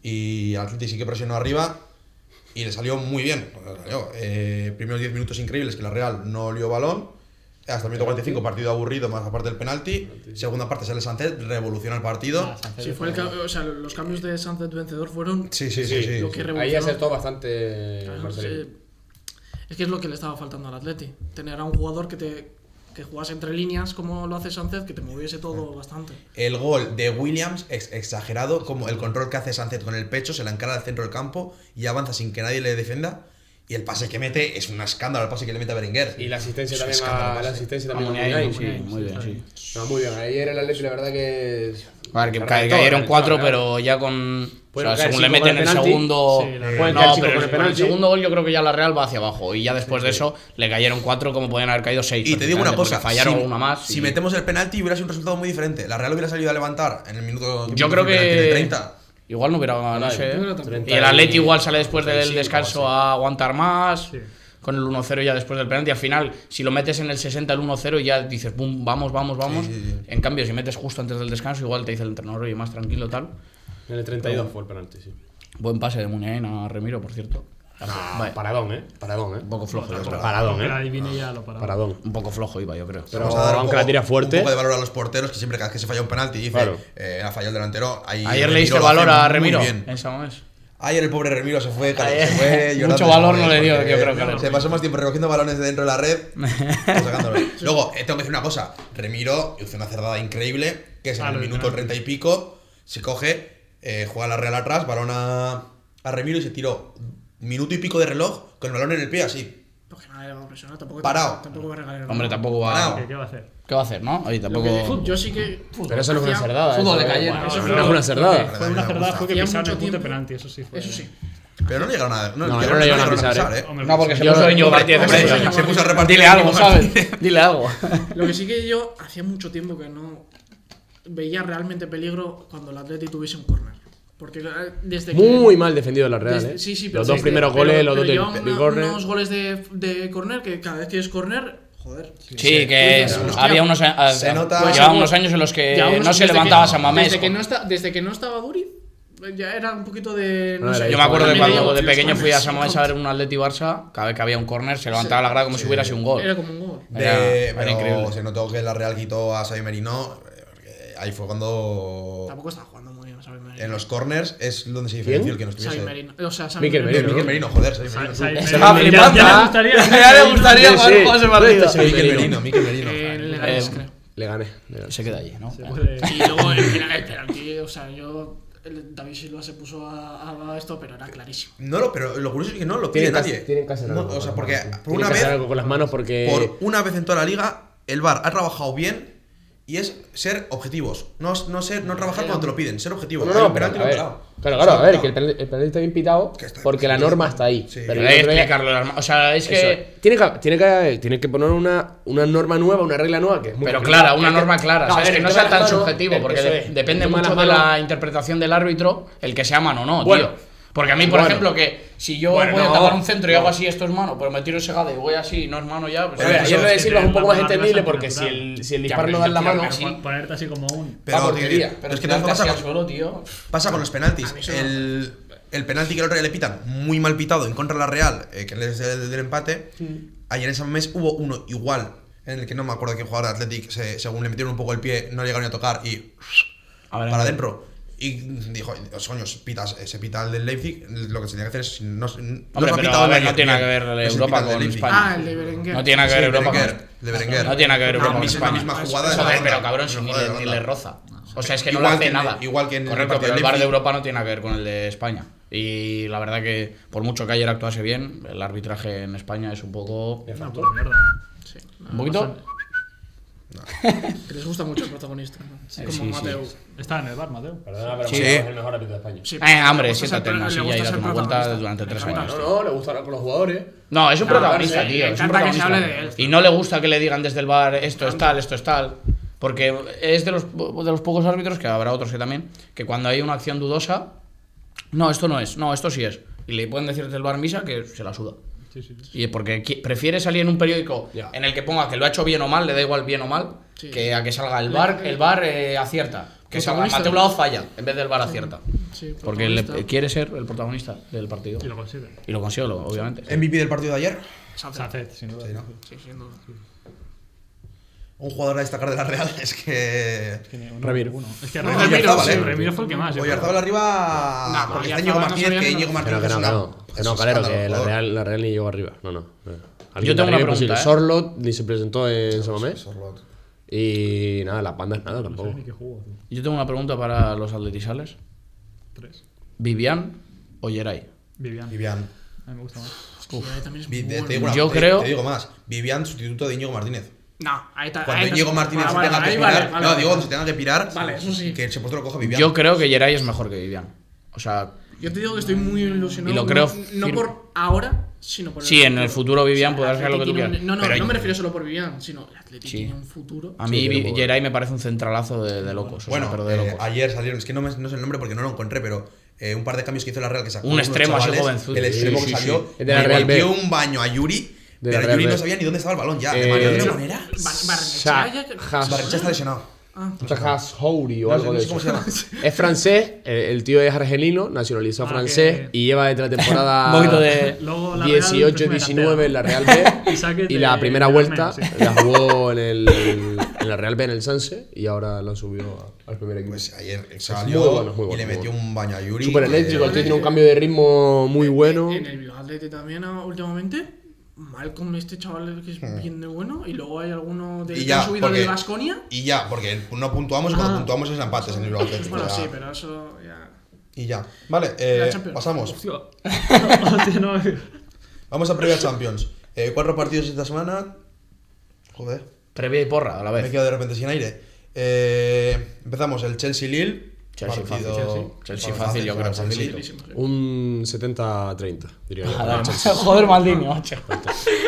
Speaker 1: Y el Atlético sí que presionó arriba, y le salió muy bien. le salió. Eh, primeros 10 minutos increíbles que la Real no olió balón. Hasta el minuto 45, partido aburrido, más aparte del penalti. Segunda parte sale Sánchez, revoluciona el
Speaker 4: Ah,
Speaker 1: partido.
Speaker 5: Sí, fue el ca- o sea, los cambios de Sunset vencedor fueron.
Speaker 1: Sí, sí, sí.
Speaker 3: Sí,
Speaker 1: sí,
Speaker 5: lo que
Speaker 1: sí.
Speaker 3: Ahí
Speaker 5: revolucionó.
Speaker 3: acertó bastante el
Speaker 5: Claro,
Speaker 3: Barcelona.
Speaker 5: sí. Es que es lo que le estaba faltando al Atleti. Tener a un jugador que te que jugase entre líneas como lo hace Sánchez, que te moviese todo bastante.
Speaker 1: El gol de Williams es exagerado, como el control que hace Sánchez con el pecho, se la encara al centro del campo y avanza sin que nadie le defienda. Y el pase que mete es un escándalo, el pase que le mete a Berenguer.
Speaker 3: Y la asistencia
Speaker 1: Es un
Speaker 3: también
Speaker 1: escándalo,
Speaker 3: a, la
Speaker 1: pase.
Speaker 3: asistencia
Speaker 4: Ah,
Speaker 3: también a
Speaker 4: Muniain,
Speaker 3: Muniain,
Speaker 4: sí,
Speaker 3: Muniain,
Speaker 4: muy
Speaker 3: sí,
Speaker 4: bien,
Speaker 3: sí.
Speaker 4: sí.
Speaker 3: No, muy bien. Ayer el Atleti, la verdad que.
Speaker 4: A ver, que
Speaker 3: la
Speaker 4: ca-
Speaker 3: reventó, la
Speaker 4: cayeron
Speaker 3: reventó,
Speaker 4: cuatro,
Speaker 3: la verdad.
Speaker 4: pero ya con. O
Speaker 3: Pueden
Speaker 4: sea,
Speaker 3: caer
Speaker 4: según le
Speaker 3: cinco
Speaker 4: meten
Speaker 3: con el
Speaker 4: el
Speaker 3: penalti.
Speaker 4: segundo.
Speaker 2: Sí, la
Speaker 4: No,
Speaker 2: pueden
Speaker 3: caer cinco
Speaker 4: pero
Speaker 3: con el
Speaker 4: con el
Speaker 3: penalti.
Speaker 4: segundo gol yo creo que ya la Real va hacia abajo. Y ya después de eso le cayeron cuatro, como podían haber caído seis.
Speaker 1: Y te digo una
Speaker 4: perfectamente,
Speaker 1: cosa,
Speaker 4: porque Fallaron
Speaker 1: si,
Speaker 4: una más.
Speaker 1: si
Speaker 4: y-
Speaker 1: metemos el penalti hubiera sido un resultado muy diferente. La Real hubiera salido a levantar en el minuto
Speaker 4: Yo creo
Speaker 1: el penalti de
Speaker 4: que.
Speaker 1: 30.
Speaker 4: Igual no hubiera ganado, no
Speaker 3: Nadie.
Speaker 4: sé.
Speaker 3: Yo creo que tampoco.
Speaker 4: Y el Atleti igual sale después del
Speaker 3: 35 o
Speaker 4: descanso
Speaker 3: así.
Speaker 4: a aguantar más.
Speaker 2: Sí.
Speaker 4: Con el 1-0 ya después del penalti. Al final, si lo metes en el 60, el 1-0, ya dices, pum, vamos, vamos, vamos.
Speaker 1: Sí, sí, sí.
Speaker 4: En cambio, si metes justo antes del descanso, igual te dice el entrenador, oye, más tranquilo, tal.
Speaker 3: En el 32 fue el penalti, sí.
Speaker 4: Buen pase de Muniain a Remiro, por cierto.
Speaker 1: Ah,
Speaker 4: Vale,
Speaker 3: Paradón, ¿eh? Paradón, ¿eh?
Speaker 4: Un poco flojo, yo creo.
Speaker 3: Paradón,
Speaker 2: Que la
Speaker 3: ¿eh?
Speaker 2: adiviné ya lo paraba.
Speaker 3: Paradón.
Speaker 4: Un poco flojo iba, yo creo.
Speaker 3: Pero
Speaker 1: Vamos a dar un
Speaker 3: aunque
Speaker 1: poco-
Speaker 3: la tira
Speaker 1: Un
Speaker 3: fuerte.
Speaker 1: poco de valor a los porteros, que siempre cada vez que se falla un penalti dice,
Speaker 3: Claro.
Speaker 1: eh, ha fallado el delantero. Ahí
Speaker 4: Ayer
Speaker 1: Remiro
Speaker 4: le diste
Speaker 1: lo
Speaker 4: valor
Speaker 1: hace
Speaker 4: a
Speaker 1: muy
Speaker 4: Remiro.
Speaker 1: bien.
Speaker 4: En Samamés.
Speaker 1: Ayer el pobre Remiro se fue, cal-
Speaker 4: Ayer- [LAUGHS]
Speaker 1: se fue llorando
Speaker 4: Mucho
Speaker 1: en
Speaker 4: valor
Speaker 1: Samamés
Speaker 4: no le dio,
Speaker 1: porque
Speaker 4: yo creo que no.
Speaker 1: Se pasó más tiempo recogiendo balones de dentro de la red.
Speaker 4: [LAUGHS]
Speaker 1: que sacándolos. Luego, eh, tengo que decir una cosa. Remiro hizo una cerrada increíble, que es en
Speaker 2: Ah,
Speaker 1: el
Speaker 2: lo del
Speaker 1: minuto
Speaker 2: penalti.
Speaker 1: treinta y pico, se coge, eh, juega la Real atrás, balón a, a Remiro y se tiró minuto y pico de reloj con el balón en el pie así.
Speaker 5: Porque nadie le va a presionar, tampoco,
Speaker 1: Parado.
Speaker 5: tampoco va a regalar el
Speaker 4: Hombre,
Speaker 5: balón.
Speaker 4: tampoco va.
Speaker 1: Parado.
Speaker 2: ¿Qué, ¿Qué va a hacer?
Speaker 4: ¿Qué va a hacer, no? Oye,
Speaker 5: Lo que
Speaker 4: tampoco.
Speaker 5: yo sí que.
Speaker 3: Pero eso no fue una
Speaker 5: hacía-
Speaker 3: cerdada.
Speaker 4: Fútbol
Speaker 3: eso
Speaker 4: de
Speaker 3: fue-
Speaker 4: calle,
Speaker 3: Bueno,
Speaker 4: eso
Speaker 3: no
Speaker 4: fue-
Speaker 3: fue una cerdada.
Speaker 1: Pero
Speaker 2: Fue una
Speaker 1: también me
Speaker 2: verdad,
Speaker 1: gusta.
Speaker 2: fue que
Speaker 5: Hacía
Speaker 2: pisaron
Speaker 5: mucho
Speaker 2: el punto
Speaker 5: tiempo.
Speaker 2: penalti, eso sí fue.
Speaker 5: Eso sí.
Speaker 1: Pero no le llegaron a, no,
Speaker 3: No,
Speaker 1: yo
Speaker 3: no
Speaker 1: creo
Speaker 3: le
Speaker 1: que
Speaker 3: llegaron a
Speaker 1: llegaron a
Speaker 3: pisar,
Speaker 1: pisar,
Speaker 3: ¿eh?
Speaker 1: ¿eh?
Speaker 2: Hombre, pues
Speaker 4: No, porque se
Speaker 3: Yo-
Speaker 4: puso Íñigo Martínez.
Speaker 1: Hombre,
Speaker 4: hombre.
Speaker 1: se puso a repartir.
Speaker 4: Dile
Speaker 1: [LAUGHS]
Speaker 4: algo, ¿sabes? Dile algo.
Speaker 5: Lo que sí que yo hacía mucho tiempo que no veía realmente peligro cuando el Atleti tuviese un corner. Porque eh, desde que.
Speaker 3: Muy mal defendido la Real,
Speaker 5: desde-
Speaker 3: ¿eh?
Speaker 5: Sí, sí, pero
Speaker 3: Los dos
Speaker 5: desde-
Speaker 3: primeros
Speaker 5: pero-
Speaker 3: goles, los
Speaker 5: pero
Speaker 3: dos del
Speaker 5: lleva una-
Speaker 3: del corner.
Speaker 5: unos goles de, de corner que cada vez que es corner, joder.
Speaker 4: Sí, que es-
Speaker 5: Hostia.
Speaker 4: había unos a-
Speaker 1: Se nota-
Speaker 4: llevaba unos años en los que
Speaker 5: Ya unos-
Speaker 4: no se
Speaker 5: desde
Speaker 4: levantaba
Speaker 5: que-
Speaker 4: San Mamés.
Speaker 5: Desde que, no está, desde que no estaba Duri, ya era un poquito de.
Speaker 3: No,
Speaker 5: No sé,
Speaker 3: era
Speaker 4: Yo me acuerdo de
Speaker 3: También
Speaker 4: cuando
Speaker 3: digo,
Speaker 4: de
Speaker 5: los
Speaker 4: pequeño fui a
Speaker 5: corners.
Speaker 4: San Mamés a ver un Atleti Barça, cada vez que había un corner se levantaba la grada como si hubiera sido un
Speaker 5: Era
Speaker 4: gol.
Speaker 5: como un gol.
Speaker 1: De,
Speaker 4: Era- era
Speaker 1: pero
Speaker 4: increíble.
Speaker 1: se notó que la Real quitó a Xavi Merino. eh, porque Ahí fue cuando.
Speaker 5: Tampoco estaba jugando muy bien Xavi Merino.
Speaker 1: En los corners es donde se diferenció el que no estuviese.
Speaker 5: Xavi Merino. O sea, Xavi
Speaker 3: Miquel
Speaker 1: Eh,
Speaker 5: Merino.
Speaker 1: Miquel Merino, joder, Xavi
Speaker 2: Sa-
Speaker 1: Merino.
Speaker 2: Sa-
Speaker 1: tú.
Speaker 4: Se va
Speaker 2: Ya-
Speaker 4: flipando.
Speaker 2: Ya le
Speaker 4: ¿eh?
Speaker 2: gustaría.
Speaker 4: [LAUGHS] Ya le gustaría
Speaker 3: Sí,
Speaker 4: jugar
Speaker 3: sí.
Speaker 4: con ese partido.
Speaker 3: Sí,
Speaker 1: Miquel Merino, Miquel Merino.
Speaker 5: En
Speaker 4: Eh,
Speaker 5: Leganés,
Speaker 4: [LAUGHS]
Speaker 5: creo. Eh,
Speaker 3: Le gané. le gané.
Speaker 4: Se queda allí, ¿no?
Speaker 2: Se puede-
Speaker 5: Y luego el penal- el penalti, o sea, yo. el David Silva se puso a, a esto, pero era clarísimo.
Speaker 1: No, lo, pero lo curioso es que no lo pide
Speaker 3: Tienen que,
Speaker 1: nadie.
Speaker 3: hacer- tienen que hacer
Speaker 1: No,
Speaker 3: algo.
Speaker 1: o sea,
Speaker 3: con
Speaker 1: porque
Speaker 3: las manos.
Speaker 1: por
Speaker 3: Tienen
Speaker 1: una
Speaker 3: que
Speaker 1: vez,
Speaker 3: hacer algo con las manos porque.
Speaker 1: por una vez en toda la liga, el VAR ha trabajado bien y es ser objetivos. No, no ser, no trabajar cuando te lo piden, ser objetivo.
Speaker 3: No,
Speaker 1: Ahí
Speaker 3: no,
Speaker 1: el
Speaker 3: pero a
Speaker 1: penalti
Speaker 3: ver,
Speaker 1: lo han
Speaker 3: claro,
Speaker 1: parado.
Speaker 3: claro, a
Speaker 1: Sí,
Speaker 3: ver,
Speaker 1: no.
Speaker 3: que el penal- el penalti está bien pitado
Speaker 1: Que está-
Speaker 3: porque la norma está ahí.
Speaker 1: Sí.
Speaker 3: Pero
Speaker 4: Pero
Speaker 3: yo
Speaker 4: hay que
Speaker 3: creo que-
Speaker 4: explicarlo. las ma- O sea, es
Speaker 3: Eso
Speaker 4: que.
Speaker 3: es. Tiene que, tiene que, tiene que poner una, una norma nueva, una regla nueva que es muy
Speaker 4: Pero
Speaker 3: complicada.
Speaker 4: clara, una
Speaker 3: Que-
Speaker 4: norma clara.
Speaker 3: Claro,
Speaker 4: o sea, es
Speaker 3: el
Speaker 4: que no
Speaker 3: tema
Speaker 4: sea
Speaker 3: de
Speaker 4: tan
Speaker 3: las manos,
Speaker 4: subjetivo,
Speaker 3: el-
Speaker 4: porque
Speaker 3: eso
Speaker 4: de-
Speaker 3: es.
Speaker 4: depende
Speaker 3: El tema
Speaker 4: mucho
Speaker 3: las
Speaker 4: de la
Speaker 3: manos-
Speaker 4: interpretación del árbitro el que sea mano o no,
Speaker 3: Bueno.
Speaker 4: tío. Porque a mí, por
Speaker 3: Bueno.
Speaker 4: ejemplo, que si yo
Speaker 3: Bueno,
Speaker 4: voy a
Speaker 3: no.
Speaker 4: tapar un centro y hago así, esto es mano, pero me tiro ese gade y voy así y no es mano ya. Pues,
Speaker 3: A ver,
Speaker 4: eso-
Speaker 3: ayer lo de Silva es un poco más entendible
Speaker 2: Ya,
Speaker 3: porque
Speaker 2: pero
Speaker 3: si el, si el
Speaker 4: ya,
Speaker 3: disparo no
Speaker 4: pero
Speaker 3: da en
Speaker 4: yo
Speaker 3: la
Speaker 4: quiero
Speaker 3: mano.
Speaker 4: ver
Speaker 2: Pon- Ponerte así como un.
Speaker 1: Pero,
Speaker 3: Va
Speaker 1: tío,
Speaker 3: portería,
Speaker 1: tío,
Speaker 4: Pero
Speaker 1: es que todo esto pasa,
Speaker 4: solo, tío.
Speaker 1: pasa con los penaltis.
Speaker 5: A mí eso no.
Speaker 1: El, el penalti que el otro día le pitan, muy mal pitado en contra de la Real, eh, que es el del empate, ayer en San Mamés hubo uno igual, en el que no me acuerdo qué jugador de Athletic, se- según le metieron un poco el pie, no llegaron ni a tocar y
Speaker 4: A
Speaker 1: para
Speaker 4: ver, a ver.
Speaker 1: adentro. Y dijo, coño, se pita, se pita el del Leipzig, lo que se tiene que hacer es... No, no
Speaker 4: Hombre,
Speaker 1: se ha
Speaker 4: pero
Speaker 1: pitado
Speaker 4: a ver,
Speaker 1: Bayern,
Speaker 4: no tiene nada que ver
Speaker 1: bien, pero se
Speaker 4: Europa
Speaker 1: pita el del
Speaker 4: con
Speaker 1: Leipzig.
Speaker 4: España.
Speaker 6: Ah, el de Berenguer.
Speaker 4: No tiene nada que ver
Speaker 1: Sí,
Speaker 4: Europa
Speaker 1: Berenguer,
Speaker 4: con
Speaker 1: de Berenguer.
Speaker 4: No tiene nada que ver Europa
Speaker 1: No,
Speaker 4: con
Speaker 1: misma-
Speaker 4: España.
Speaker 1: misma jugada de
Speaker 4: Joder,
Speaker 1: banda.
Speaker 4: pero cabrón, si ni,
Speaker 1: Jugada de
Speaker 4: le, ni
Speaker 1: banda.
Speaker 4: le roza. O sea, es que no
Speaker 1: Igual
Speaker 4: le hace
Speaker 1: que en el-
Speaker 4: nada.
Speaker 1: igual que en el
Speaker 4: Correcto,
Speaker 1: partido
Speaker 4: pero
Speaker 1: del
Speaker 4: el bar de
Speaker 1: Leipzig.
Speaker 4: Europa no tiene nada que ver con el de España. Y la verdad que, por mucho que ayer actuase bien, el arbitraje en España es un poco...
Speaker 2: Una puta mierda.
Speaker 5: Sí.
Speaker 4: Un poquito...
Speaker 5: Que les gusta mucho el protagonista. ¿no?
Speaker 4: Sí,
Speaker 5: Como
Speaker 4: sí, sí.
Speaker 5: Mateu.
Speaker 2: Está en el bar, Mateo.
Speaker 3: Perdona, pero
Speaker 1: Sí.
Speaker 3: Mateo es el mejor árbitro de España.
Speaker 5: Sí,
Speaker 4: Eh,
Speaker 5: le
Speaker 4: hombre,
Speaker 5: gusta
Speaker 4: siéntate
Speaker 5: ser-
Speaker 4: en la
Speaker 5: le
Speaker 4: silla
Speaker 5: gusta
Speaker 4: y date
Speaker 5: ser
Speaker 4: una vuelta
Speaker 5: protagonista.
Speaker 4: durante
Speaker 5: Le
Speaker 4: tres
Speaker 5: encanta.
Speaker 4: años.
Speaker 3: No, no, le gusta hablar con los jugadores.
Speaker 4: No, es un
Speaker 5: No,
Speaker 4: protagonista,
Speaker 5: sí,
Speaker 4: tío.
Speaker 5: me
Speaker 4: es un
Speaker 5: encanta que se
Speaker 4: protagonista.
Speaker 5: hable de él.
Speaker 4: Y no le gusta que le digan desde el bar esto es tal, esto es tal. Porque es de los, po- de los pocos árbitros, que habrá otros que también, que cuando hay una acción dudosa, no, esto no es, no, esto sí es. Y le pueden decir desde el bar misa que se la suda.
Speaker 2: Sí, sí. sí.
Speaker 4: Y es porque qui- prefiere salir en un periódico
Speaker 3: Ya.
Speaker 4: en el que ponga que lo ha hecho bien o mal, le da igual bien o mal,
Speaker 5: Sí.
Speaker 4: que a que salga el bar, el bar eh, acierta. Que salga
Speaker 5: Protagonista.
Speaker 4: Mateo Laoz falla, en vez del bar acierta.
Speaker 5: Sí,
Speaker 4: Porque le-
Speaker 5: protagonista.
Speaker 4: quiere ser el protagonista del partido.
Speaker 2: Y lo consigue.
Speaker 4: Y lo consigue, lo- obviamente.
Speaker 1: MVP del partido de ayer.
Speaker 2: Sacet, sin duda.
Speaker 1: Sí, ¿no?
Speaker 5: Sí, sin duda.
Speaker 1: Un jugador a destacar de la Real [LAUGHS] es que...
Speaker 2: Es que ni-
Speaker 3: Ramiro.
Speaker 2: ninguno. Es que
Speaker 1: No,
Speaker 2: Ramiro,
Speaker 1: Oyarzabal,
Speaker 2: sí,
Speaker 1: ¿eh?
Speaker 2: Ramiro fue el que más. yo creo.
Speaker 1: Oyarzabal arriba...
Speaker 5: Nah,
Speaker 1: porque
Speaker 5: Oyarzabal
Speaker 1: está Íñigo
Speaker 5: no
Speaker 1: Martínez,
Speaker 5: sabía
Speaker 1: que
Speaker 5: que no-
Speaker 1: Íñigo
Speaker 3: Pero
Speaker 1: Martínez
Speaker 3: que
Speaker 1: es
Speaker 3: no,
Speaker 1: una-
Speaker 3: que no. Que
Speaker 1: es
Speaker 3: no,
Speaker 1: un
Speaker 3: Calero,
Speaker 1: escándalo,
Speaker 3: que la
Speaker 1: jugador.
Speaker 3: Real, ¿eh? la Real ni llegó arriba. No, no. no.
Speaker 4: Yo
Speaker 3: Alguien
Speaker 4: tengo
Speaker 3: de arriba
Speaker 4: una
Speaker 3: imposible.
Speaker 4: pregunta, ¿eh?
Speaker 3: Sorlot ni se presentó en San Mamés.
Speaker 1: Sorlot.
Speaker 3: Y nada, las bandas nada
Speaker 2: No sé
Speaker 3: tampoco.
Speaker 2: ni qué jugó, tú.
Speaker 4: Yo tengo una pregunta para los atletizales.
Speaker 2: Tres.
Speaker 4: ¿Vivian o Geray?
Speaker 2: Vivian.
Speaker 1: Vivian.
Speaker 2: A mí me gusta más.
Speaker 5: Ahí eh, también es
Speaker 1: Vi-
Speaker 5: muy
Speaker 1: te- te
Speaker 5: bueno.
Speaker 1: digo una-
Speaker 4: Yo
Speaker 1: te-
Speaker 4: creo-
Speaker 1: Te digo más. Vivian, sustituto de Íñigo Martínez.
Speaker 5: No, ahí está.
Speaker 1: Cuando
Speaker 5: ahí
Speaker 1: Íñigo
Speaker 5: está-
Speaker 1: Martínez
Speaker 5: Ah,
Speaker 1: se
Speaker 5: bueno,
Speaker 1: tenga que
Speaker 5: ahí
Speaker 1: pirar...
Speaker 5: vale, vale,
Speaker 1: no,
Speaker 5: vale.
Speaker 1: digo, se tenga que pirar...
Speaker 5: Vale, eso sí.
Speaker 1: Que el puesto lo coja Vivian.
Speaker 4: Yo creo que Geray es mejor que Vivian. O sea,
Speaker 5: Yo te digo que estoy muy ilusionado.
Speaker 4: Y lo creo
Speaker 5: No,
Speaker 4: firme.
Speaker 5: por ahora, sino por
Speaker 4: Sí, en el futuro Vivian podrá
Speaker 5: el
Speaker 4: ser lo que tú
Speaker 5: Atleti
Speaker 4: quieras.
Speaker 5: tiene un- No, no,
Speaker 4: Pero
Speaker 5: no
Speaker 4: hay-
Speaker 5: me refiero solo por Vivian, sino el Atleti
Speaker 4: Sí. Ah,
Speaker 5: tiene un futuro.
Speaker 4: a mí
Speaker 3: Sí,
Speaker 4: Vi-
Speaker 3: pero-
Speaker 4: Geray me parece un centralazo de, de locos. o sea,
Speaker 1: Bueno,
Speaker 4: pero de
Speaker 1: eh,
Speaker 4: locos.
Speaker 1: ayer salieron, es que no, me- no sé el nombre porque no lo encontré, pero eh, un par de cambios que hizo la Real que sacó.
Speaker 4: Un
Speaker 1: unos
Speaker 4: extremo así
Speaker 1: chavales,
Speaker 4: jovenzudo.
Speaker 1: El extremo
Speaker 3: Sí,
Speaker 1: que
Speaker 3: sí,
Speaker 1: salió.
Speaker 3: sí. Es de la
Speaker 1: le
Speaker 3: Real B.
Speaker 1: metió un baño a Yuri,
Speaker 3: De la
Speaker 1: pero
Speaker 3: Real
Speaker 1: Yuri no
Speaker 3: B.
Speaker 1: sabía ni dónde estaba el balón ya.
Speaker 3: Eh,
Speaker 1: le pateó de
Speaker 3: no.
Speaker 1: una manera.
Speaker 5: Bar- Barnechea ya-
Speaker 1: Barrenechea
Speaker 3: Barrenechea
Speaker 1: está lesionado.
Speaker 3: Houri o
Speaker 1: No sé- no
Speaker 3: algo de
Speaker 1: sé cómo se
Speaker 3: eso.
Speaker 1: llama.
Speaker 3: Es francés, el, el tío es argelino, nacionalizó
Speaker 2: Ah,
Speaker 3: francés
Speaker 2: que-
Speaker 3: y lleva desde la
Speaker 4: Un poquito
Speaker 3: temporada
Speaker 4: de-
Speaker 2: Luego la Real
Speaker 3: 18-19 en la Real
Speaker 5: [LAUGHS]
Speaker 2: Y
Speaker 3: B.
Speaker 2: saques
Speaker 3: y
Speaker 2: de-
Speaker 3: la primera
Speaker 2: de
Speaker 3: vuelta
Speaker 2: Armenia, sí.
Speaker 3: la jugó en, el, en la Real B en el Sanse y ahora lo han subido a- al primer equipo.
Speaker 1: Pues ayer
Speaker 3: muy
Speaker 1: salió
Speaker 3: bueno, muy
Speaker 1: y
Speaker 3: bueno,
Speaker 1: le
Speaker 3: muy
Speaker 1: metió
Speaker 3: bueno.
Speaker 1: un baño a Yuri.
Speaker 3: Súper eléctrico, el
Speaker 1: eh,
Speaker 3: tío tiene un cambio de ritmo muy bueno.
Speaker 5: En el Bilbao Atleti también ah, últimamente. Mal con este chaval que es
Speaker 4: Hmm.
Speaker 5: bien de bueno. Y luego hay alguno de
Speaker 1: Y
Speaker 5: que ha
Speaker 1: ya,
Speaker 5: subido
Speaker 1: porque-
Speaker 5: de Basconia.
Speaker 1: Y ya, porque no puntuamos y cuando
Speaker 5: Ah.
Speaker 1: puntuamos es empates en el Bilbao Athletic,
Speaker 5: [LAUGHS] Pues Bueno,
Speaker 1: o sea,
Speaker 5: sí, pero eso ya.
Speaker 1: Y ya. Vale, eh,
Speaker 5: La Champions.
Speaker 1: pasamos.
Speaker 2: Hostia. Hostia, no. [LAUGHS]
Speaker 1: Vamos a previa Champions. Eh, cuatro partidos esta semana. Joder.
Speaker 4: Previa y porra a la
Speaker 1: Me he
Speaker 4: vez.
Speaker 1: quedado de repente sin aire. Eh, empezamos el Chelsea-Lille.
Speaker 4: Chelsea
Speaker 1: partido-
Speaker 4: fácil, Chelsea. Chelsea fácil, yo
Speaker 1: para
Speaker 4: creo,
Speaker 1: el Chelsea.
Speaker 5: facilísimo, sí.
Speaker 3: Un 70-30, diría yo.
Speaker 4: [LAUGHS] Joder, Maldini, macho.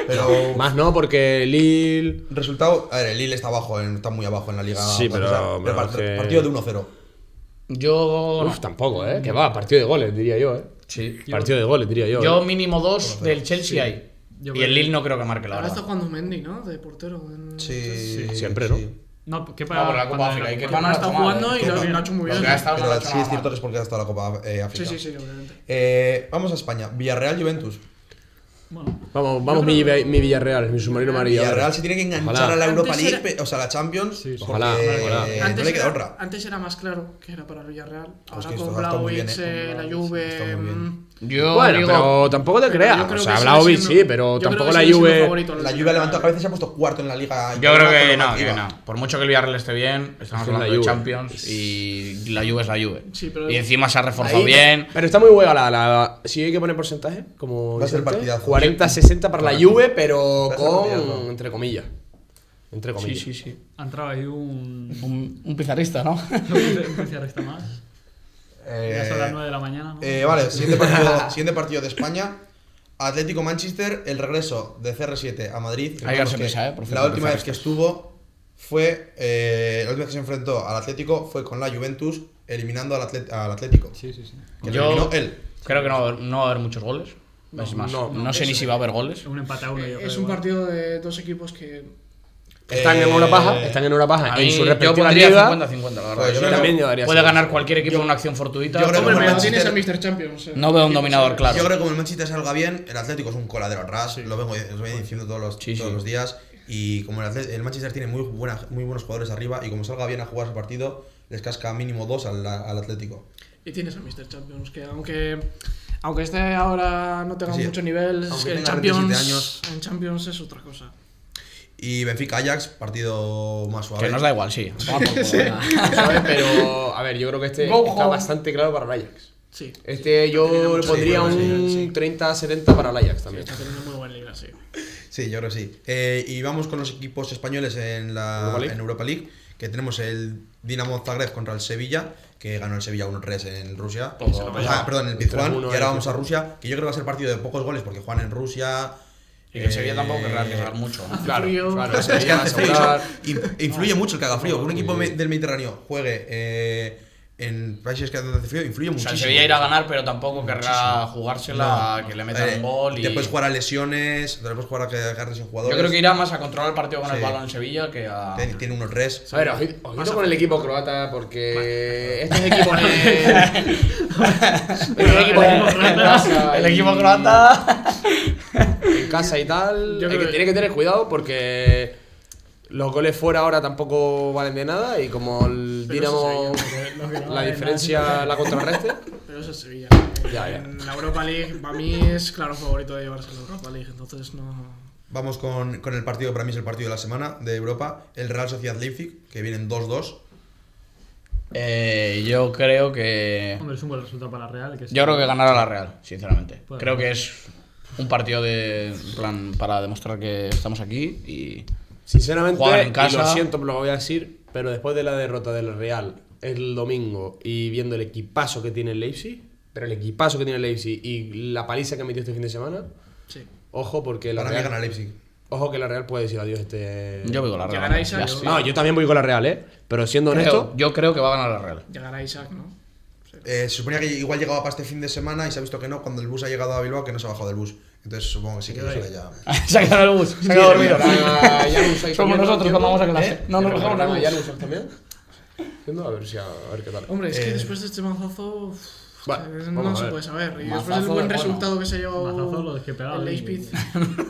Speaker 1: Pero
Speaker 3: [LAUGHS] Más no, porque Lille.
Speaker 1: resultado, a ver, el Lille está abajo, en- está muy abajo en la liga.
Speaker 3: Sí, pero-
Speaker 1: francesa.
Speaker 3: pero
Speaker 1: part-
Speaker 3: que-
Speaker 1: partido de 1-0.
Speaker 4: Yo.
Speaker 3: Uf, tampoco, ¿eh? Que va, partido de goles, diría yo, ¿eh?
Speaker 4: Sí.
Speaker 3: Partido de goles, diría yo.
Speaker 4: Yo
Speaker 3: ¿eh?
Speaker 4: mínimo dos del Chelsea hay.
Speaker 2: Yo creo
Speaker 4: Y el
Speaker 2: que-
Speaker 4: Lille no creo que marque la
Speaker 5: Ahora está
Speaker 4: verdad.
Speaker 5: jugando Mendy, ¿no? De portero. en-
Speaker 1: Sí,
Speaker 3: Sí, siempre, ¿no?
Speaker 2: No, ¿qué para
Speaker 4: No, por la Copa África. Y que
Speaker 5: Ahora está jugando y lo
Speaker 1: Kepa.
Speaker 5: lo ha hecho muy
Speaker 4: Lo
Speaker 5: bien.
Speaker 4: que ha estado- no lo ha
Speaker 1: Pero
Speaker 4: hecho
Speaker 1: sí
Speaker 4: nada
Speaker 1: es cierto
Speaker 4: mal.
Speaker 1: que es porque ha estado la Copa eh,
Speaker 5: Sí,
Speaker 1: África.
Speaker 5: sí, sí, obviamente.
Speaker 1: Eh, vamos a España. Villarreal, Juventus.
Speaker 3: Vamos, vamos mi, Villa- mi Villarreal, mi submarino amarillo.
Speaker 1: Villarreal se tiene que enganchar
Speaker 3: Ojalá.
Speaker 1: a la Europa
Speaker 5: Antes
Speaker 1: League,
Speaker 5: era-
Speaker 1: pe- o sea, a la Champions.
Speaker 2: Sí, sí.
Speaker 1: porque,
Speaker 3: Ojalá, ojalá.
Speaker 1: eh,
Speaker 5: antes,
Speaker 1: no le queda
Speaker 5: era,
Speaker 1: otra. Pues
Speaker 5: antes era más claro que era para el Villarreal. Ahora
Speaker 1: que
Speaker 5: con
Speaker 1: esto está muy bien,
Speaker 5: Vlahovic,
Speaker 1: eh,
Speaker 5: eh, la
Speaker 1: con Vlahovic, está
Speaker 5: Juve.
Speaker 1: muy bien.
Speaker 5: mm,
Speaker 4: Yo
Speaker 3: Bueno,
Speaker 4: digo-
Speaker 3: pero tampoco te
Speaker 5: pero yo
Speaker 3: creas.
Speaker 5: creo
Speaker 3: O
Speaker 5: que
Speaker 3: sea,
Speaker 5: sigue
Speaker 3: Vlahovic
Speaker 5: siendo-
Speaker 3: sí, pero
Speaker 5: yo creo
Speaker 3: tampoco
Speaker 5: que
Speaker 3: la
Speaker 5: sigue siendo
Speaker 3: Juve.
Speaker 5: favorito el
Speaker 1: La Juve
Speaker 5: Villarreal.
Speaker 1: levantó cabeza y se ha puesto cuarto en la liga.
Speaker 4: Yo creo
Speaker 1: Con la
Speaker 4: que no, que
Speaker 1: Copa.
Speaker 4: no. Por mucho que el Villarreal esté bien, estamos
Speaker 3: Es la
Speaker 4: hablando de
Speaker 3: Juve.
Speaker 4: Champions y la Juve es la Juve.
Speaker 5: Sí, pero-
Speaker 4: Y encima se ha reforzado
Speaker 3: Ahí-
Speaker 4: bien.
Speaker 3: Pero está muy buena la, la- Si hay que poner porcentaje, como.
Speaker 1: Va a ser
Speaker 3: Vicente,
Speaker 1: partidazo.
Speaker 3: 40-60 para la Juve, pero
Speaker 1: Va a ser partidazo.
Speaker 3: con. Entre comillas. Entre comillas.
Speaker 4: sí.
Speaker 2: Ha entrado ahí un.
Speaker 4: Un, un pizarrista, [LAUGHS] ¿no?
Speaker 2: Un pizarrista más. Ya son las
Speaker 1: Eh,
Speaker 2: 9 de la mañana. ¿no?
Speaker 1: eh, vale, siguiente
Speaker 5: [LAUGHS]
Speaker 1: partido, siguiente partido de España. Atlético Manchester, el regreso de CR7 a Madrid.
Speaker 4: Hay que darse prisa, eh, por
Speaker 1: La
Speaker 4: cierto,
Speaker 1: última
Speaker 4: empezar
Speaker 1: vez que estuvo fue. eh, la última vez que se enfrentó al Atlético fue con la Juventus, eliminando al, Atlet- al Atlético.
Speaker 2: Sí, sí, sí.
Speaker 1: Que
Speaker 4: Yo-
Speaker 1: lo eliminó él.
Speaker 4: Creo que no, va a haber- no va a haber muchos goles. es más, no,
Speaker 3: no,
Speaker 4: sé ni si va a haber goles.
Speaker 2: Un empate a uno, yo creo.
Speaker 5: Eh, Es un
Speaker 2: igual.
Speaker 5: partido de dos equipos que
Speaker 3: Están en una paja, están en una paja
Speaker 4: A
Speaker 3: en
Speaker 4: mí,
Speaker 3: su
Speaker 4: yo
Speaker 3: respectiva
Speaker 4: pondría
Speaker 3: liga.
Speaker 4: 50-50, la verdad.
Speaker 1: Pues yo
Speaker 4: Yo
Speaker 3: yo también
Speaker 4: creo-
Speaker 3: llevaría
Speaker 4: puede
Speaker 3: 50.
Speaker 4: ganar cualquier equipo una acción fortuita.
Speaker 1: yo creo
Speaker 4: pero
Speaker 1: que-
Speaker 5: Hombre,
Speaker 1: Bueno,
Speaker 5: pero tienes a
Speaker 1: Manchester-
Speaker 5: Mr. Champions. eh.
Speaker 4: No veo un dominador claro.
Speaker 1: Yo creo que como el Manchester salga bien, el Atlético es un coladero atrás, lo vengo os voy diciendo todos los,
Speaker 4: Sí, sí.
Speaker 1: todos los días. Y como el, Atlet- el Manchester tiene muy, buena, muy buenos jugadores arriba, y como salga bien a jugar su partido, les casca mínimo dos al, al Atlético.
Speaker 5: Y tienes a Mr. Champions, que aunque, aunque este ahora no tenga
Speaker 1: Sí.
Speaker 5: mucho nivel, es
Speaker 1: Aunque
Speaker 5: que en
Speaker 1: tenga 37
Speaker 5: Champions,
Speaker 1: años.
Speaker 5: en Champions es otra cosa.
Speaker 1: Y Benfica Ajax, partido más suave.
Speaker 4: Que nos da igual,
Speaker 1: [LAUGHS]
Speaker 4: sí.
Speaker 3: [LAUGHS] ¿sabes? Pero, a ver, yo creo que este
Speaker 5: Go
Speaker 3: está
Speaker 5: home.
Speaker 3: bastante claro para el Ajax.
Speaker 5: Sí.
Speaker 3: Este yo le pondría
Speaker 1: sí,
Speaker 3: un 30-70 para el Ajax también.
Speaker 5: Está teniendo muy buena liga, sí.
Speaker 1: Sí, yo creo que sí. Eh, y vamos con los equipos españoles en, la,
Speaker 3: Europa League.
Speaker 1: en Europa League, que tenemos el Dinamo Zagreb contra el Sevilla, que ganó el Sevilla 1-3 en Rusia.
Speaker 4: Pues
Speaker 1: Ah, perdón, en el Pizjuán.
Speaker 3: 3-1
Speaker 1: Y
Speaker 3: en
Speaker 1: ahora vamos a
Speaker 3: Pizjuán.
Speaker 1: Rusia, que yo creo que va a ser partido de pocos goles, porque juegan en Rusia. eh,
Speaker 4: Y que Sevilla tampoco querrá arriesgar mucho.
Speaker 3: [LAUGHS]
Speaker 4: ¿no?
Speaker 3: Claro,
Speaker 5: frío.
Speaker 1: [LAUGHS]
Speaker 3: claro.
Speaker 1: Es que
Speaker 3: Sevilla va a
Speaker 1: hace frío,
Speaker 3: asegurar.
Speaker 1: in- influye mucho el que haga frío. Que un equipo me- del Mediterráneo juegue eh, en países que hace frío, influye
Speaker 4: O sea,
Speaker 1: muchísimo.
Speaker 4: el Sevilla irá a ganar, pero tampoco querrá jugársela, a que le metan
Speaker 1: Eh,
Speaker 4: un gol. Y...
Speaker 1: Te puedes jugar a lesiones, te puedes jugar a que agarres sin jugadores.
Speaker 4: Yo creo que irá más a controlar el partido con
Speaker 1: Sí.
Speaker 4: el balón en Sevilla que a. [LAUGHS]
Speaker 1: Tiene- Tiene unos tres.
Speaker 3: A ver, ojido- ojito con el equipo croata porque este estos equipos de...
Speaker 5: El
Speaker 4: [LAUGHS]
Speaker 5: equipo
Speaker 3: croata.
Speaker 4: El equipo croata.
Speaker 5: [LAUGHS]
Speaker 3: en casa y tal. hay
Speaker 5: Yo creo
Speaker 3: que,
Speaker 5: que-
Speaker 3: tiene que tener cuidado porque los goles fuera ahora tampoco valen de nada y como el
Speaker 5: Pero
Speaker 3: Dinamo
Speaker 5: eso sería lo que- lo que
Speaker 3: la
Speaker 5: vale
Speaker 3: diferencia la contrarreste.
Speaker 5: Pero eso es Sevilla.
Speaker 3: Ya, ya.
Speaker 5: En la Europa League, para mí es claro favorito de llevarse la Europa League, entonces no.
Speaker 1: Vamos con, con el partido, para mí es el partido de la semana de Europa, el Real Sociedad Leipzig, que vienen 2-2.
Speaker 4: [LAUGHS] Eh, yo creo que.
Speaker 2: Hombre, es un buen resultado para la Real. Que sí.
Speaker 4: Yo creo que ganará la Real, sinceramente.
Speaker 2: Puede
Speaker 4: creo
Speaker 2: ganar.
Speaker 4: que es un partido de en plan para demostrar que estamos aquí y
Speaker 3: Sinceramente,
Speaker 4: Juegan en
Speaker 3: y
Speaker 4: casa.
Speaker 3: lo siento, pero lo voy a decir, pero después de la derrota del Real el domingo y viendo el equipazo que tiene el Leipzig, pero el equipazo que tiene el Leipzig y la paliza que metió este fin de semana,
Speaker 5: Sí.
Speaker 3: ojo porque la
Speaker 1: Para mí gana
Speaker 3: Real,
Speaker 1: Leipzig.
Speaker 3: ojo que la Real puede decir adiós este
Speaker 4: yo veo la Real.
Speaker 5: Llegaréis a-
Speaker 4: Ya ¿eh? está.
Speaker 3: No, yo también voy con la Real, ¿eh? Pero siendo
Speaker 4: Creo-
Speaker 3: honesto,
Speaker 4: yo creo que va a ganar la Real.
Speaker 5: Llegará Isaac, ¿no?
Speaker 1: Eh, se suponía que igual llegaba para este fin de semana y se ha visto que no, cuando el bus ha llegado a Bilbao, que no se ha bajado del bus. Entonces supongo que sí que sale ya.
Speaker 4: se ha quedado el bus, se ha quedado dormido. Somos nosotros cuando
Speaker 3: como
Speaker 4: vamos a clase. No ¿eh? nos bajamos la
Speaker 3: ¿Ya
Speaker 4: bus.
Speaker 3: lo también? Entiendo, A ver, si, a, a ver qué tal.
Speaker 5: Hombre, es que
Speaker 1: Eh,
Speaker 5: después de este mazazo. uf,
Speaker 3: Bueno,
Speaker 5: eh,
Speaker 3: vamos a
Speaker 5: no se
Speaker 3: ver.
Speaker 5: puede saber. Y después
Speaker 4: Mazazo
Speaker 5: del buen
Speaker 4: de bueno.
Speaker 5: resultado que se llevó
Speaker 2: Mazazo lo que pegaba
Speaker 5: el
Speaker 2: el-
Speaker 5: Leipzig.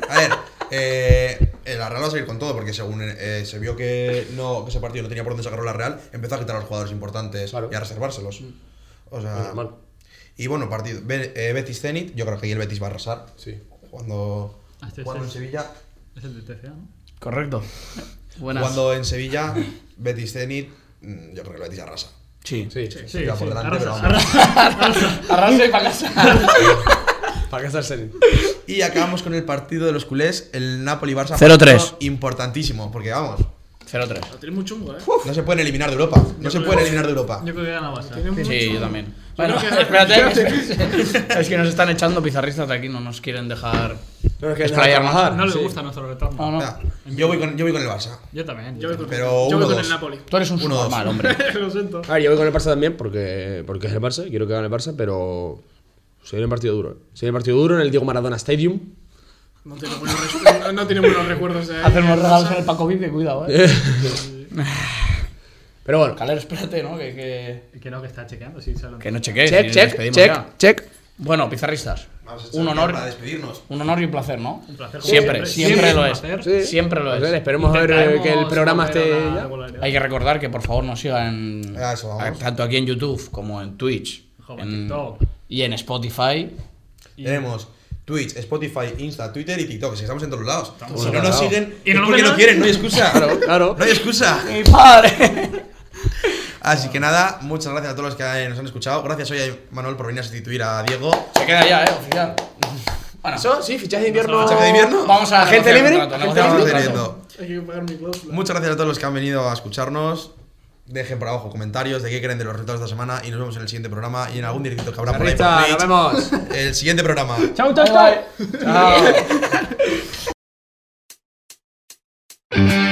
Speaker 1: A ver, eh, eh, la Real va a seguir con todo, porque según eh, se vio que, no, que ese partido no tenía por dónde sacarlo la Real, empezó a quitar a los jugadores importantes
Speaker 3: Claro. Mm.
Speaker 1: y a reservárselos. O sea,
Speaker 3: Es normal.
Speaker 1: y bueno, partido eh, Betis Zenit, yo creo que ahí el Betis va a arrasar.
Speaker 3: Sí.
Speaker 1: Cuando,
Speaker 2: Este es
Speaker 1: cuando en
Speaker 2: el-
Speaker 1: Sevilla
Speaker 2: Es el de TCA, ¿no?
Speaker 4: Correcto. Buenas.
Speaker 1: Cuando en Sevilla, [LAUGHS] Betis Zenit, mm, yo creo que el Betis arrasa.
Speaker 4: Sí.
Speaker 3: Sí, sí.
Speaker 2: Sí,
Speaker 1: Ya por
Speaker 2: sí,
Speaker 1: delante,
Speaker 2: arrasa,
Speaker 1: pero vamos.
Speaker 2: arrasa.
Speaker 4: Arrasa y para casa.
Speaker 3: Para casarse
Speaker 4: [LAUGHS]
Speaker 3: en
Speaker 1: Y acabamos con el partido de los culés, el Napoli-Barça.
Speaker 4: 0-3.
Speaker 1: Importantísimo, porque vamos,
Speaker 4: 0-3.
Speaker 5: Lo tiene muy chungo, ¿eh?
Speaker 1: no se pueden eliminar de Europa. No se pueden eliminar de Europa.
Speaker 2: Yo creo que gana Barça. ¿eh?
Speaker 5: Tiene muy
Speaker 4: Sí,
Speaker 5: chungo.
Speaker 4: yo también. Bueno, [LAUGHS]
Speaker 5: creo que-
Speaker 4: espérate. [LAUGHS] es que nos están echando pizarristas de aquí, no nos quieren dejar
Speaker 3: No, es que
Speaker 4: explayarnos.
Speaker 2: No le gusta nuestro retorno.
Speaker 4: No, no.
Speaker 1: Nada, Yo voy, con, yo voy con el Barça.
Speaker 2: Yo también.
Speaker 5: Yo voy con,
Speaker 1: Pero
Speaker 5: yo voy con
Speaker 1: 1-2.
Speaker 4: [LAUGHS]
Speaker 5: el Napoli.
Speaker 4: Tú eres un
Speaker 1: Uno,
Speaker 4: normal,
Speaker 1: dos.
Speaker 4: [LAUGHS] hombre.
Speaker 5: Lo siento.
Speaker 3: A ver, yo voy con el Barça también porque, porque es el Barça, quiero que gane el Barça, pero se viene un partido duro. ¿eh? Se viene un partido duro en el Diego Maradona Stadium.
Speaker 5: No tiene buenos, recu- no- no tiene buenos recuerdos de. ¿eh?
Speaker 4: Hacernos regalos en el Paco Vive, cuidado, [LAUGHS] eh.
Speaker 3: Pero bueno,
Speaker 4: Calero, espérate, ¿no? Que, que...
Speaker 2: Que no, que está chequeando. Sí, sale.
Speaker 4: que no chequees.
Speaker 3: check,
Speaker 4: y
Speaker 3: check,
Speaker 4: despedimos
Speaker 3: check,
Speaker 4: ya.
Speaker 3: check.
Speaker 4: Bueno, pizarristas.
Speaker 1: Vamos a echar
Speaker 4: Un
Speaker 1: ya
Speaker 4: honor,
Speaker 1: Para despedirnos.
Speaker 4: un honor y un placer, ¿no?
Speaker 2: Un placer, como
Speaker 4: siempre, siempre,
Speaker 2: es
Speaker 4: lo
Speaker 2: un
Speaker 4: es.
Speaker 2: placer.
Speaker 3: Sí.
Speaker 4: Siempre lo
Speaker 3: A
Speaker 4: es.
Speaker 3: ver, esperemos a ver eh, que el
Speaker 2: Intentaremos
Speaker 3: programa esté
Speaker 2: volver a la
Speaker 3: ya.
Speaker 2: regularidad.
Speaker 4: Hay que recordar que por favor nos sigan en-
Speaker 1: Ah, eso, vamos.
Speaker 4: tanto aquí en YouTube como en Twitch
Speaker 2: Como en
Speaker 4: en-
Speaker 2: TikTok.
Speaker 4: y en Spotify.
Speaker 1: Tenemos Twitch, Spotify, Insta, Twitter y TikTok. Si estamos en todos lados. si
Speaker 3: en
Speaker 1: no
Speaker 3: todos
Speaker 1: nos
Speaker 3: lados.
Speaker 1: siguen,
Speaker 2: Y
Speaker 1: es
Speaker 2: no nos
Speaker 1: porque
Speaker 2: ven,
Speaker 1: no
Speaker 2: ¿no?
Speaker 1: quieren, no hay excusa.
Speaker 3: [LAUGHS]
Speaker 1: [LAUGHS]
Speaker 3: Claro, claro.
Speaker 1: No hay excusa.
Speaker 4: ¡Mi padre! [LAUGHS]
Speaker 1: Así que nada, muchas gracias a todos los que nos han escuchado. Gracias hoy a Manuel por venir a sustituir a Diego.
Speaker 4: Se queda ya, eh, oficial. Bueno,
Speaker 3: Eso, sí, fichaje de invierno.
Speaker 1: Fichaje de invierno.
Speaker 4: vamos a
Speaker 3: Agente libre,
Speaker 4: negociar un contrato,
Speaker 3: agente
Speaker 4: negociar un
Speaker 1: Estamos
Speaker 4: contrato.
Speaker 1: teniendo.
Speaker 5: Hay que pagar mi cláusula.
Speaker 1: Muchas gracias a todos los que han venido a escucharnos. Dejen por abajo comentarios de qué creen de los resultados de esta semana y nos vemos en el siguiente programa y en algún directo que habrá por ahí. por
Speaker 3: Rita, nos
Speaker 1: Twitch. [LAUGHS]
Speaker 3: vemos.
Speaker 1: El siguiente programa.
Speaker 2: Chao, chao, chao.
Speaker 3: Chao.